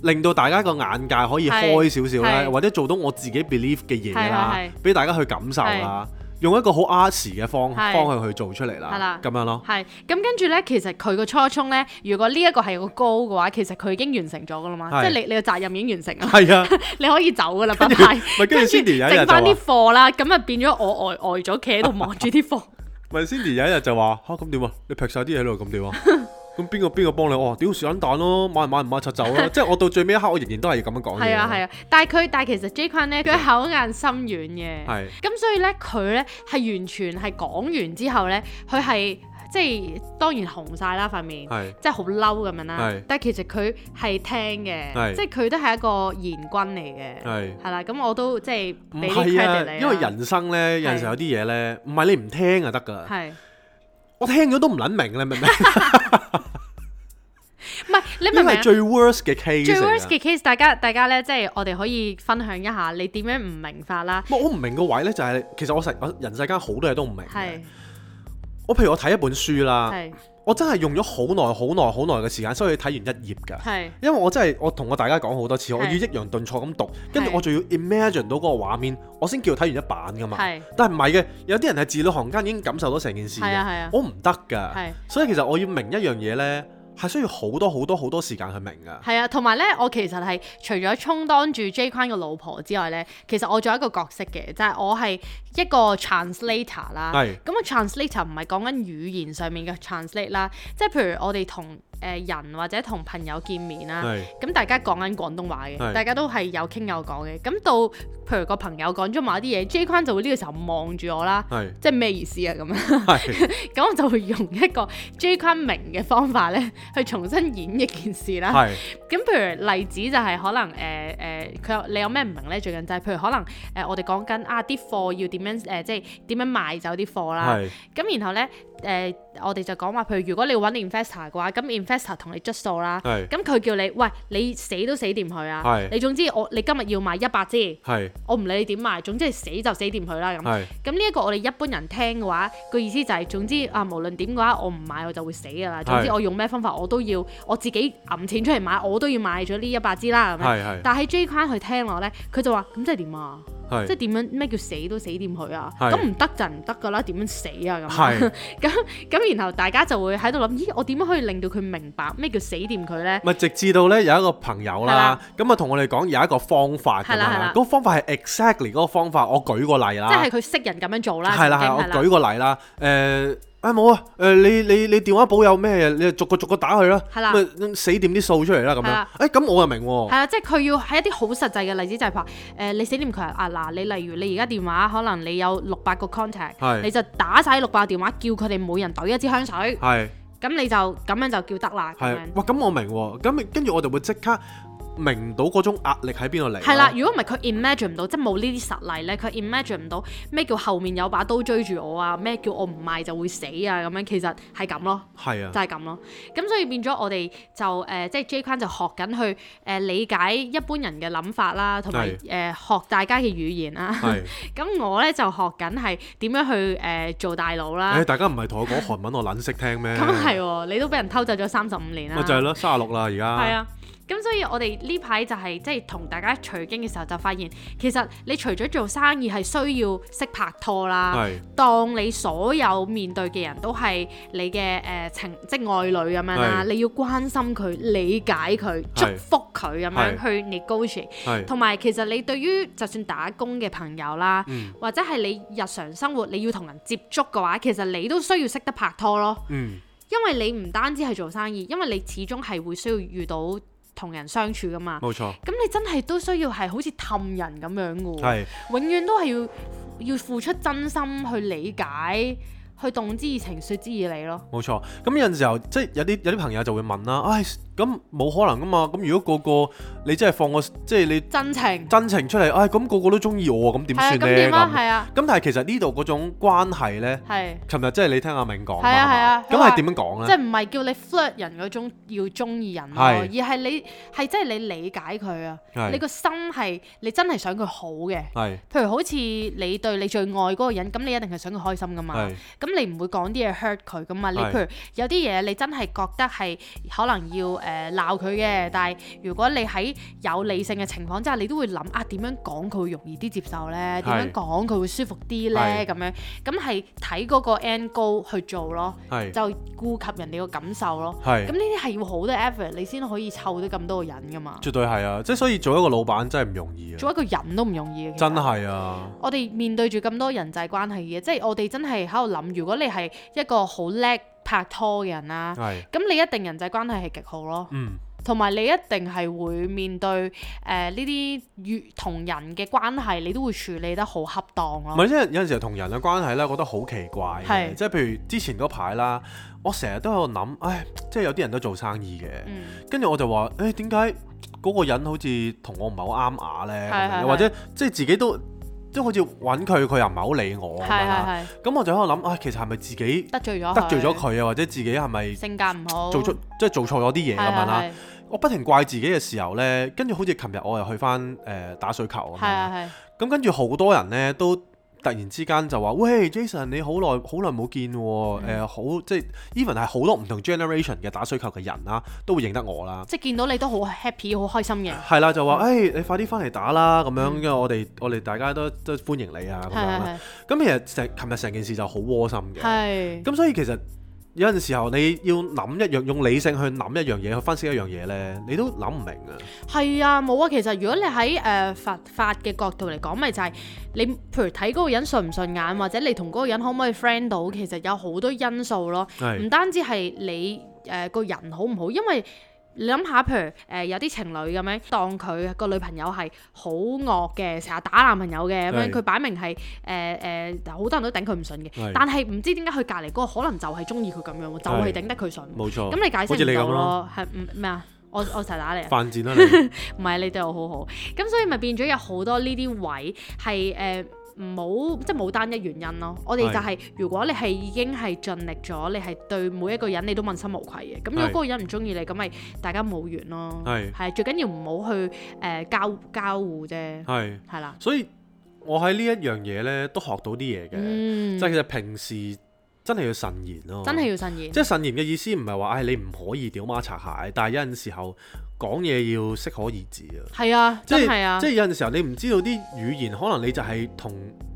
[SPEAKER 1] 令到大家個眼界可以開少少啦，
[SPEAKER 2] 係
[SPEAKER 1] 或者做到我自己 believe 嘅嘢啦
[SPEAKER 2] 係係，
[SPEAKER 1] 俾大家去感受啦，用一個好 art 嘅方
[SPEAKER 2] 係
[SPEAKER 1] 方向去做出嚟
[SPEAKER 2] 係
[SPEAKER 1] 啦
[SPEAKER 2] 啦，
[SPEAKER 1] 咁樣咯。
[SPEAKER 2] 係咁跟住咧，其實佢個初衷咧，如果呢一個係個 goal 嘅話，其實佢已經完成咗噶啦嘛，
[SPEAKER 1] 係
[SPEAKER 2] 即係你你個責任已經完成啦，
[SPEAKER 1] 係啊，
[SPEAKER 2] 你可以走噶啦，拜
[SPEAKER 1] 跟住
[SPEAKER 2] 拜。
[SPEAKER 1] 咪跟住 Cindy 有一日
[SPEAKER 2] 剩
[SPEAKER 1] 就
[SPEAKER 2] 翻啲
[SPEAKER 1] 話。
[SPEAKER 2] 貨啦，咁啊變咗我呆呆咗，企喺度望住啲貨。
[SPEAKER 1] 咪 Cindy 有一日就話吓咁點啊？你劈晒啲嘢喺度咁 點啊？咁邊個邊個幫你？哦，屌樹撚蛋咯，買唔買唔買柒走啦！即係我到最尾一刻， 我仍然都係要咁樣講嘢。
[SPEAKER 2] 係啊係
[SPEAKER 1] 啊，
[SPEAKER 2] 啊，但係佢但係其實 J 君咧，佢口硬心軟嘅，
[SPEAKER 1] 係
[SPEAKER 2] 咁所以咧佢咧係完全係講完之後咧，佢係即係當然紅晒啦塊面。
[SPEAKER 1] 係
[SPEAKER 2] 即係好嬲咁樣啦
[SPEAKER 1] 係，
[SPEAKER 2] 但係其實佢係
[SPEAKER 1] 係
[SPEAKER 2] 聽嘅，即係佢都係一個賢君嚟嘅，
[SPEAKER 1] 係。
[SPEAKER 2] 係啦。咁我都即係
[SPEAKER 1] 唔
[SPEAKER 2] 俾啲
[SPEAKER 1] 係
[SPEAKER 2] credit 你
[SPEAKER 1] 啊，
[SPEAKER 2] 啦
[SPEAKER 1] 因為人生咧有陣時
[SPEAKER 2] 係
[SPEAKER 1] 有啲嘢咧，唔係你唔聽就得噶。
[SPEAKER 2] 係
[SPEAKER 1] 我聽咗都唔撚明，你明 唔明？
[SPEAKER 2] 唔係你明
[SPEAKER 1] 呢個
[SPEAKER 2] 唔明
[SPEAKER 1] 係
[SPEAKER 2] 啊？
[SPEAKER 1] 最 worst 嘅 case
[SPEAKER 2] 最
[SPEAKER 1] 嚟
[SPEAKER 2] worst
[SPEAKER 1] 㗎。
[SPEAKER 2] 嘅 case，大家大家咧，即係我哋可以分享一下你點樣唔明法啦，
[SPEAKER 1] 唔係我唔明個位咧，就係其實我成我人世間好多嘢都唔明嘅。
[SPEAKER 2] 係
[SPEAKER 1] 我譬如我睇一本書啦，
[SPEAKER 2] 係
[SPEAKER 1] 我真係用咗好耐、好耐、好耐嘅時間，所以睇完一頁㗎。
[SPEAKER 2] 係
[SPEAKER 1] 因為我真係我同我大家講好多次，
[SPEAKER 2] 係
[SPEAKER 1] 我要抑揚頓挫咁讀，跟住
[SPEAKER 2] 係
[SPEAKER 1] 我仲要 imagine 到嗰個畫面，我先叫睇完一版噶嘛。
[SPEAKER 2] 係
[SPEAKER 1] 但係唔係嘅，有啲人係字裏行間已經感受到成件事
[SPEAKER 2] 係啊
[SPEAKER 1] 嘅，
[SPEAKER 2] 係啊
[SPEAKER 1] 我唔得㗎。
[SPEAKER 2] 係。
[SPEAKER 1] 所以其實我要明一樣嘢呢，係需要好多好多好多時間去明㗎。
[SPEAKER 2] 係啊，同埋咧，我其實係除咗充當住 J 坤嘅老婆之外咧，其實我仲有一個角色嘅，就係、我係一個 translator 啦。
[SPEAKER 1] 係
[SPEAKER 2] 咁個 translator 唔係講緊語言上面嘅 translate 啦，即係譬如我哋同誒人或者同朋友見面啦，
[SPEAKER 1] 係
[SPEAKER 2] 咁大家講緊廣東話
[SPEAKER 1] 係
[SPEAKER 2] 嘅，大家都係有傾有講嘅。咁到譬如個朋友講咗某一啲嘢，J 坤就會呢個時候望住我啦，
[SPEAKER 1] 係
[SPEAKER 2] 即係咩意思啊咁樣。
[SPEAKER 1] 係
[SPEAKER 2] 咁我就會用一個 J 昆明嘅方法咧，去重新演繹件事啦。
[SPEAKER 1] 係
[SPEAKER 2] 咁譬如例子就係可能誒誒，呃佢、有你有咩唔明咧？最近就係譬如可能誒、呃我哋講緊啊啲貨要點樣誒、呃即係點樣賣走啲貨啦。
[SPEAKER 1] 係
[SPEAKER 2] 咁然後咧誒、呃我哋就講話，譬如如果你要揾 investor 嘅話，咁 investor 同你捽數啦。
[SPEAKER 1] 係
[SPEAKER 2] 咁佢叫你喂，你死都死掂佢啊
[SPEAKER 1] 係！
[SPEAKER 2] 你總之我你今日要賣一百支，
[SPEAKER 1] 係
[SPEAKER 2] 我唔理你點賣，總之係死就死掂佢啦咁。
[SPEAKER 1] 係
[SPEAKER 2] 咁呢一個我哋一般人聽嘅話，個意思就係、總之啊，無論點嘅話，我唔買我就會死㗎啦。總之
[SPEAKER 1] 係
[SPEAKER 2] 我用咩方法我都要，我自己揞錢出嚟買，我都要買咗呢一百支啦。咁樣
[SPEAKER 1] 係係
[SPEAKER 2] 但喺 J 框佢聽落咧，佢就話：咁即係點啊？
[SPEAKER 1] 係
[SPEAKER 2] 即係點樣咩叫死都死掂佢啊？
[SPEAKER 1] 係
[SPEAKER 2] 咁唔得就唔得㗎啦，點樣死啊咁
[SPEAKER 1] 係？
[SPEAKER 2] 咁咁然後大家就會喺度諗，咦我點樣可以令到佢明白咩叫死掂佢咧？
[SPEAKER 1] 咪直至到咧有一個朋友
[SPEAKER 2] 係
[SPEAKER 1] 啦
[SPEAKER 2] 啦，
[SPEAKER 1] 咁啊同我哋講有一個方法㗎
[SPEAKER 2] 係啦係
[SPEAKER 1] 嘛，
[SPEAKER 2] 啦
[SPEAKER 1] 嗰個方法係 exactly 嗰個方法，我舉個例啦，
[SPEAKER 2] 即係佢識人咁樣做啦，
[SPEAKER 1] 啊係啦
[SPEAKER 2] 曾
[SPEAKER 1] 係啦，
[SPEAKER 2] 經
[SPEAKER 1] 我舉個例啦，誒啊冇啊，誒你你你電話簿有咩嘢，你逐個逐個打佢啦，
[SPEAKER 2] 係啦
[SPEAKER 1] 咪死掂啲數出嚟啦咁
[SPEAKER 2] 係啦
[SPEAKER 1] 樣，誒咁我又明
[SPEAKER 2] 係
[SPEAKER 1] 喎，
[SPEAKER 2] 啦，即係佢要喺一啲好實際嘅例子，就係話誒，你死掂佢啊！嗱，你例如你而家電話可能你有六百個 contact，
[SPEAKER 1] 係
[SPEAKER 2] 你就打晒六百個電話，叫佢哋每人懟一支香水，
[SPEAKER 1] 係
[SPEAKER 2] 咁你就咁樣就叫得啦。咁
[SPEAKER 1] 係
[SPEAKER 2] 樣，
[SPEAKER 1] 哇咁我明喎，咁跟住我就會即刻明到嗰種壓力喺邊度嚟，
[SPEAKER 2] 係啦，，如果唔係佢 imagine 唔到，即係冇呢啲實例咧，佢 imagine 唔到咩叫後面有把刀追住我啊，咩叫我唔賣就會死啊咁樣，其實係咁咯。
[SPEAKER 1] 係啊
[SPEAKER 2] 就，係咁咯。咁所以變咗我哋就誒、呃即係 J 框就學緊去誒、呃理解一般人嘅諗法啦，同埋誒
[SPEAKER 1] 係
[SPEAKER 2] 學大家嘅語言啦。
[SPEAKER 1] 係，
[SPEAKER 2] 咁我咧就學緊係點樣去誒、呃做大佬啦
[SPEAKER 1] 誒。大家唔係同我講韓文，我撚識聽咩？
[SPEAKER 2] 咁係喎，你都俾人偷走咗三十五年啊啦。
[SPEAKER 1] 咪就係咯，三十六啦而家，
[SPEAKER 2] 係啊，咁所以我哋呢排就係即係同大家取經嘅時候，就發現其實你除咗做生意係需要識拍拖啦，
[SPEAKER 1] 係
[SPEAKER 2] 當你所有面對嘅人都係你嘅誒、呃情即係愛侶咁樣啦，
[SPEAKER 1] 係
[SPEAKER 2] 你要關心佢、理解佢、祝
[SPEAKER 1] 係
[SPEAKER 2] 福佢咁
[SPEAKER 1] 係
[SPEAKER 2] 樣去 negotiate。
[SPEAKER 1] 係
[SPEAKER 2] 同埋其實你對於就算打工嘅朋友啦，
[SPEAKER 1] 嗯
[SPEAKER 2] 或者係你日常生活你要同人接觸嘅話，其實你都需要識得拍拖咯。
[SPEAKER 1] 嗯
[SPEAKER 2] 因為你唔單止係做生意，因為你始終係會需要遇到同人相處噶嘛。
[SPEAKER 1] 冇錯，
[SPEAKER 2] 咁你真係都需要係好似氹人咁樣嘅喎，
[SPEAKER 1] 係
[SPEAKER 2] 永遠都係要要付出真心去理解，去動之以情，説之以理咯。
[SPEAKER 1] 冇錯。咁有陣時候即係有啲有啲朋友就會問啦，唉咁冇可能噶嘛，咁如果個個你真係放個即係你
[SPEAKER 2] 真情
[SPEAKER 1] 真情出嚟，唉咁個個都中意我，咁點
[SPEAKER 2] 係啊，
[SPEAKER 1] 算
[SPEAKER 2] 咁點啊？
[SPEAKER 1] 呢？
[SPEAKER 2] 係啊，
[SPEAKER 1] 咁咁但係其實呢度嗰種關係呢，
[SPEAKER 2] 係，
[SPEAKER 1] 琴日即係你聽阿明講
[SPEAKER 2] 係啊係
[SPEAKER 1] 嘛
[SPEAKER 2] 啊，
[SPEAKER 1] 咁
[SPEAKER 2] 佢
[SPEAKER 1] 係
[SPEAKER 2] 話
[SPEAKER 1] 點樣講
[SPEAKER 2] 即
[SPEAKER 1] 呢？
[SPEAKER 2] 係唔係叫你 flirt 人嗰種要中意人咯，
[SPEAKER 1] 係
[SPEAKER 2] 而係你係真係你理解佢啊，
[SPEAKER 1] 係
[SPEAKER 2] 你個心係你真係想佢好嘅。
[SPEAKER 1] 係
[SPEAKER 2] 譬如好似你對你最愛嗰個人，咁你一定係想佢開心噶嘛。
[SPEAKER 1] 係
[SPEAKER 2] 咁你唔會講啲嘢 hurt 佢噶嘛？你
[SPEAKER 1] 係
[SPEAKER 2] 譬如有啲嘢你真係覺得係可能要誒鬧佢嘅，但係如果你喺有理性嘅情況之下，你都會諗啊點樣講佢會容易啲接受呢？
[SPEAKER 1] 係
[SPEAKER 2] 點樣講佢會舒服啲呢？
[SPEAKER 1] 係
[SPEAKER 2] 咁樣咁係睇嗰個 end goal 去做咯，
[SPEAKER 1] 係
[SPEAKER 2] 就顧及人哋個感受咯。咁
[SPEAKER 1] 係
[SPEAKER 2] 呢。啲係要好多 effort 你先可以湊到咁多個人噶嘛。
[SPEAKER 1] 絕對係啊！即係所以做一個老闆真係唔容易啊，
[SPEAKER 2] 做一個人都唔容易嘅，其實
[SPEAKER 1] 真係啊，
[SPEAKER 2] 我哋面對住咁多人際關係嘅，即係我哋真係喺度諗，如果你係一個好叻拍拖嘅人啦、
[SPEAKER 1] 係
[SPEAKER 2] 咁你一定人際關係係極好咯，
[SPEAKER 1] 嗯
[SPEAKER 2] 同埋你一定係會面對誒呢啲與同人嘅關係，你都會處理得好恰當
[SPEAKER 1] 唔
[SPEAKER 2] 咯。
[SPEAKER 1] 係，即係有陣時候同人嘅關係咧，覺得好奇怪嘅
[SPEAKER 2] 哦係
[SPEAKER 1] 即係譬如之前嗰排啦，我成日都喺度諗，唉，即係有啲人都做生意嘅，
[SPEAKER 2] 嗯，
[SPEAKER 1] 跟住、我就話，誒點解嗰個人好似同我唔係好啱眼咧？咁
[SPEAKER 2] 係
[SPEAKER 1] 樣
[SPEAKER 2] 係
[SPEAKER 1] 又或者即係自己都即係好似揾佢，佢又唔係好理我咁
[SPEAKER 2] 係
[SPEAKER 1] 樣
[SPEAKER 2] 係
[SPEAKER 1] 啦。
[SPEAKER 2] 係，
[SPEAKER 1] 咁我就喺度諗，唉，其實係咪自己
[SPEAKER 2] 得罪咗
[SPEAKER 1] 得罪咗，佢啊，或者自己係咪
[SPEAKER 2] 性格唔好，
[SPEAKER 1] 做錯即係做錯咗啲嘢
[SPEAKER 2] 係
[SPEAKER 1] 咁樣啦？
[SPEAKER 2] 哦係
[SPEAKER 1] 我不停怪自己嘅時候呢，跟住好似琴日我又去翻誒、呃打水球咁樣
[SPEAKER 2] 係啊
[SPEAKER 1] 啦。
[SPEAKER 2] 係
[SPEAKER 1] 咁跟住好多人呢，都突然之間就話：喂，Jason，你好耐好耐冇見喎、
[SPEAKER 2] 嗯
[SPEAKER 1] 呃好即係 even 係好多唔同 generation 嘅打水球嘅人啦，都會認得我啦。
[SPEAKER 2] 即係見到你都好 happy，好開心嘅，
[SPEAKER 1] 係啊啦，就話誒、哎你快啲翻嚟打啦，咁樣，
[SPEAKER 2] 嗯
[SPEAKER 1] 因為我哋我哋大家都都歡迎你啊，咁
[SPEAKER 2] 係
[SPEAKER 1] 樣啦。
[SPEAKER 2] 係
[SPEAKER 1] 咁其實成琴日成件事就好窩心
[SPEAKER 2] 係
[SPEAKER 1] 嘅。
[SPEAKER 2] 係
[SPEAKER 1] 咁所以其實有陣時候你要諗一樣，用理性去諗一樣嘢，去分析一樣嘢呢，你都諗唔明啊。
[SPEAKER 2] 係啊，冇啊。其實如果你喺誒、呃佛法嘅角度嚟講，咪就係、你譬如睇嗰個人順唔順眼，或者你同嗰個人可唔可以 friend 到，其實有好多因素咯。
[SPEAKER 1] 係
[SPEAKER 2] 唔單止係你誒個、人好唔好，因為你諗下，譬如誒、呃有啲情侶咁樣，當佢個女朋友係好惡嘅，成日打男朋友嘅咁
[SPEAKER 1] 係
[SPEAKER 2] 樣，佢擺明係誒誒好多人都頂佢唔順
[SPEAKER 1] 係
[SPEAKER 2] 嘅，但係唔知點解佢隔離嗰個可能就係中意佢咁樣喎，就
[SPEAKER 1] 係
[SPEAKER 2] 係頂得佢順。
[SPEAKER 1] 冇錯。
[SPEAKER 2] 咁你解
[SPEAKER 1] 好似
[SPEAKER 2] 釋
[SPEAKER 1] 你咁
[SPEAKER 2] 唔到
[SPEAKER 1] 咯，
[SPEAKER 2] 咯，係唔咩啊？我我成日打你啊！
[SPEAKER 1] 犯賤啦你。
[SPEAKER 2] 唔係你對我好好，咁所以咪變咗有好多呢啲位係誒唔好即係冇單一原因咯。我哋就係、如果你係已經係盡力咗，你係對每一個人你都問心無愧嘅。咁如果
[SPEAKER 1] 係
[SPEAKER 2] 嗰個人唔中意你，咁咪大家冇緣咯。
[SPEAKER 1] 係
[SPEAKER 2] 係最緊要唔好去誒、呃交交互啫，
[SPEAKER 1] 係。
[SPEAKER 2] 係啦。
[SPEAKER 1] 所以我喺呢一樣嘢呢，都學到啲嘢嘅，
[SPEAKER 2] 嗯，
[SPEAKER 1] 即係
[SPEAKER 2] 真
[SPEAKER 1] 其實平時真係要慎言咯。
[SPEAKER 2] 係要慎言
[SPEAKER 1] 哎即。係慎言嘅意思唔係話，唉、你唔可以屌媽擦鞋，但係有陣時候講嘢要適可而止啊。
[SPEAKER 2] 係啊，
[SPEAKER 1] 即
[SPEAKER 2] 真係
[SPEAKER 1] 係
[SPEAKER 2] 啊
[SPEAKER 1] 即，係有陣時候你唔知道啲語言，可能你就係同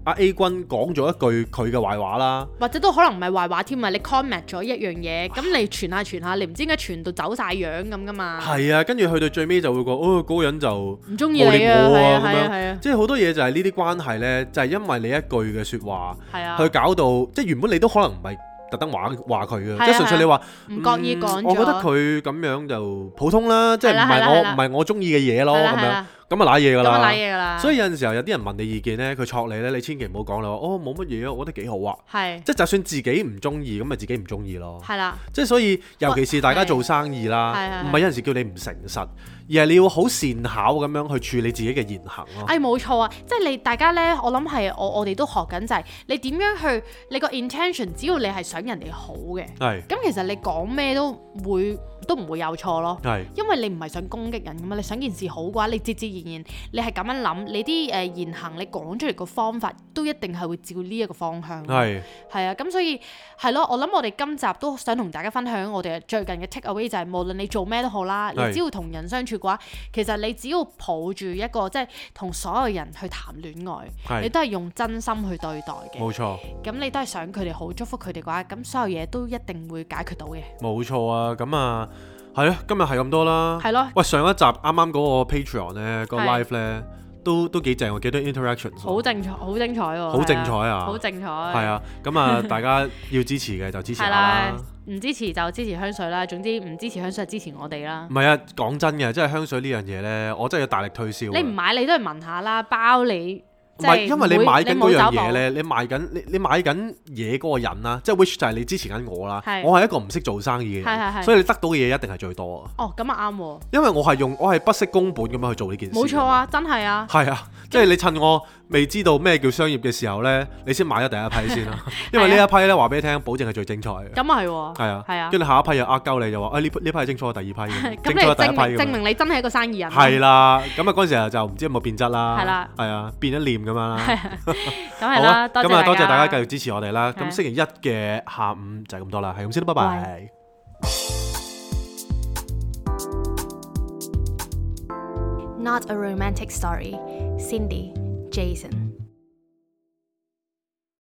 [SPEAKER 1] 阿 A 君講咗一句佢嘅壞話啦。
[SPEAKER 2] 或者都可能唔係壞話添啊！你 comment 咗一樣嘢，咁你傳下傳下，你唔知點解傳到走晒樣咁噶嘛？
[SPEAKER 1] 係啊，跟住去到最尾就會覺哦嗰個人就
[SPEAKER 2] 唔中意你啊，
[SPEAKER 1] 冇理
[SPEAKER 2] 係
[SPEAKER 1] 我啊
[SPEAKER 2] 啊，係
[SPEAKER 1] 咁樣
[SPEAKER 2] 啊，係啊，
[SPEAKER 1] 即係好多嘢就係呢啲關係呢，就係因為你一句嘅説話
[SPEAKER 2] 係
[SPEAKER 1] 去
[SPEAKER 2] 啊，
[SPEAKER 1] 搞到，即係原本你都可能唔係特登話話佢
[SPEAKER 2] 係
[SPEAKER 1] 嘅，
[SPEAKER 2] 啊
[SPEAKER 1] 即係純粹你話
[SPEAKER 2] 唔覺意
[SPEAKER 1] 嗯
[SPEAKER 2] 講咗。
[SPEAKER 1] 我覺得佢咁樣就普通啦，即係唔
[SPEAKER 2] 係啦
[SPEAKER 1] 係
[SPEAKER 2] 係
[SPEAKER 1] 我
[SPEAKER 2] 啦
[SPEAKER 1] 唔係我中意嘅嘢咯，
[SPEAKER 2] 係
[SPEAKER 1] 咁
[SPEAKER 2] 啦係
[SPEAKER 1] 樣咁啊揦嘢㗎
[SPEAKER 2] 啦，咁啊
[SPEAKER 1] 啦
[SPEAKER 2] 賴。嘢㗎啦。
[SPEAKER 1] 所以有陣時候有啲人問你意見呢，佢戳你呢，你千祈唔好講啦，哦冇乜嘢啊，我覺得幾好啊。
[SPEAKER 2] 係
[SPEAKER 1] 即係就算自己唔中意，咁咪自己唔中意咯。
[SPEAKER 2] 係啦，
[SPEAKER 1] 即係所以，尤其是大家
[SPEAKER 2] 係
[SPEAKER 1] 做生意啦，
[SPEAKER 2] 係係
[SPEAKER 1] 唔係有陣時叫你唔誠實，而係你要好善巧咁樣去處理自己嘅言行咯。
[SPEAKER 2] 哎冇錯啊！即係你大家咧，我諗係我我哋都學緊就係你點樣去你個 intention，只要你係想人哋好嘅，
[SPEAKER 1] 係
[SPEAKER 2] 咁其實你講咩都會都唔會有錯咯。
[SPEAKER 1] 係
[SPEAKER 2] 因為你唔係想攻擊人噶嘛，你想件事好嘅話，你自自然然你係咁樣諗，你啲誒、呃言行你講出嚟個方法都一定係會照呢一個方向。
[SPEAKER 1] 係
[SPEAKER 2] 係啊，咁所以係咯，我諗我哋今集都想同大家分享我哋最近嘅 take away 就係、無論你做咩都好啦，你
[SPEAKER 1] 係
[SPEAKER 2] 只要同人相處嘅話，其實你只要抱住一個即係同所有人去談戀愛，你
[SPEAKER 1] 係，
[SPEAKER 2] 都係用真心去對待嘅，
[SPEAKER 1] 冇錯
[SPEAKER 2] 咁你都係想佢哋好，祝福佢哋嘅話，咁所有嘢都一定會解決到嘅。
[SPEAKER 1] 冇錯啊！咁啊，係咯，今日係咁多啦。
[SPEAKER 2] 係咯，
[SPEAKER 1] 喂，上一集啱啱嗰個 Patreon 咧，個
[SPEAKER 2] 係
[SPEAKER 1] live 咧都都幾正喎，幾多 interaction，
[SPEAKER 2] 好精彩，好精彩喎！
[SPEAKER 1] 好精彩
[SPEAKER 2] 係
[SPEAKER 1] 啊！
[SPEAKER 2] 好精彩。係
[SPEAKER 1] 係，啊，咁 啊，大家要支持嘅就支持下
[SPEAKER 2] 係
[SPEAKER 1] 啦
[SPEAKER 2] 啦。，唔支持就支持香水啦。總之唔支持香水，支持我哋啦
[SPEAKER 1] 唔。係啊，講真嘅，即係香水呢樣嘢呢，我真係要大力推銷啊。
[SPEAKER 2] 你唔買你都係聞下啦，包你。
[SPEAKER 1] 唔
[SPEAKER 2] 即
[SPEAKER 1] 係，
[SPEAKER 2] 係
[SPEAKER 1] 因為你買緊嗰樣嘢
[SPEAKER 2] 咧，
[SPEAKER 1] 咧，你賣緊你你買緊嘢嗰個人啦，即係 which 就係你支持緊我啦
[SPEAKER 2] 係。
[SPEAKER 1] 我係一個唔識做生意嘅
[SPEAKER 2] 係係
[SPEAKER 1] 人，
[SPEAKER 2] 係
[SPEAKER 1] 所以你得到嘅嘢一定係最多啊。
[SPEAKER 2] 哦，咁啊啱喎，
[SPEAKER 1] 因為我係用我係不惜工本咁樣去做呢件事。
[SPEAKER 2] 冇錯。啊，真係啊。
[SPEAKER 1] 係啊，即係你趁我未知道咩叫商業嘅時候呢，你先買咗第一批 先啦。 因為呢一批呢，話俾你聽，保證係最精彩嘅。
[SPEAKER 2] 咁啊係喎，
[SPEAKER 1] 係啊，
[SPEAKER 2] 係啊。
[SPEAKER 1] 跟住下一批又呃鳩你，就話誒呢批呢批係精彩過第二批嘅，
[SPEAKER 2] 咁
[SPEAKER 1] 精
[SPEAKER 2] 你
[SPEAKER 1] 彩過第一批
[SPEAKER 2] 證
[SPEAKER 1] 咁
[SPEAKER 2] 明
[SPEAKER 1] 樣
[SPEAKER 2] 證明你真係一個生意人。
[SPEAKER 1] 係，啦，咁啊嗰陣時候就唔知有冇變質啦，
[SPEAKER 2] 係啦，
[SPEAKER 1] 係啊，變咗臉咁樣啦，
[SPEAKER 2] 咁係
[SPEAKER 1] 好
[SPEAKER 2] 啦，
[SPEAKER 1] 啦，
[SPEAKER 2] 多
[SPEAKER 1] 咁啊多謝大家繼
[SPEAKER 2] 繼
[SPEAKER 1] 續
[SPEAKER 2] 續。
[SPEAKER 1] 支持我哋啦，
[SPEAKER 2] 係啊
[SPEAKER 1] 咁星期一嘅下午就係咁多啦，係咁先啦，拜拜。
[SPEAKER 3] Not a Romantic Story, Cindy, Jason.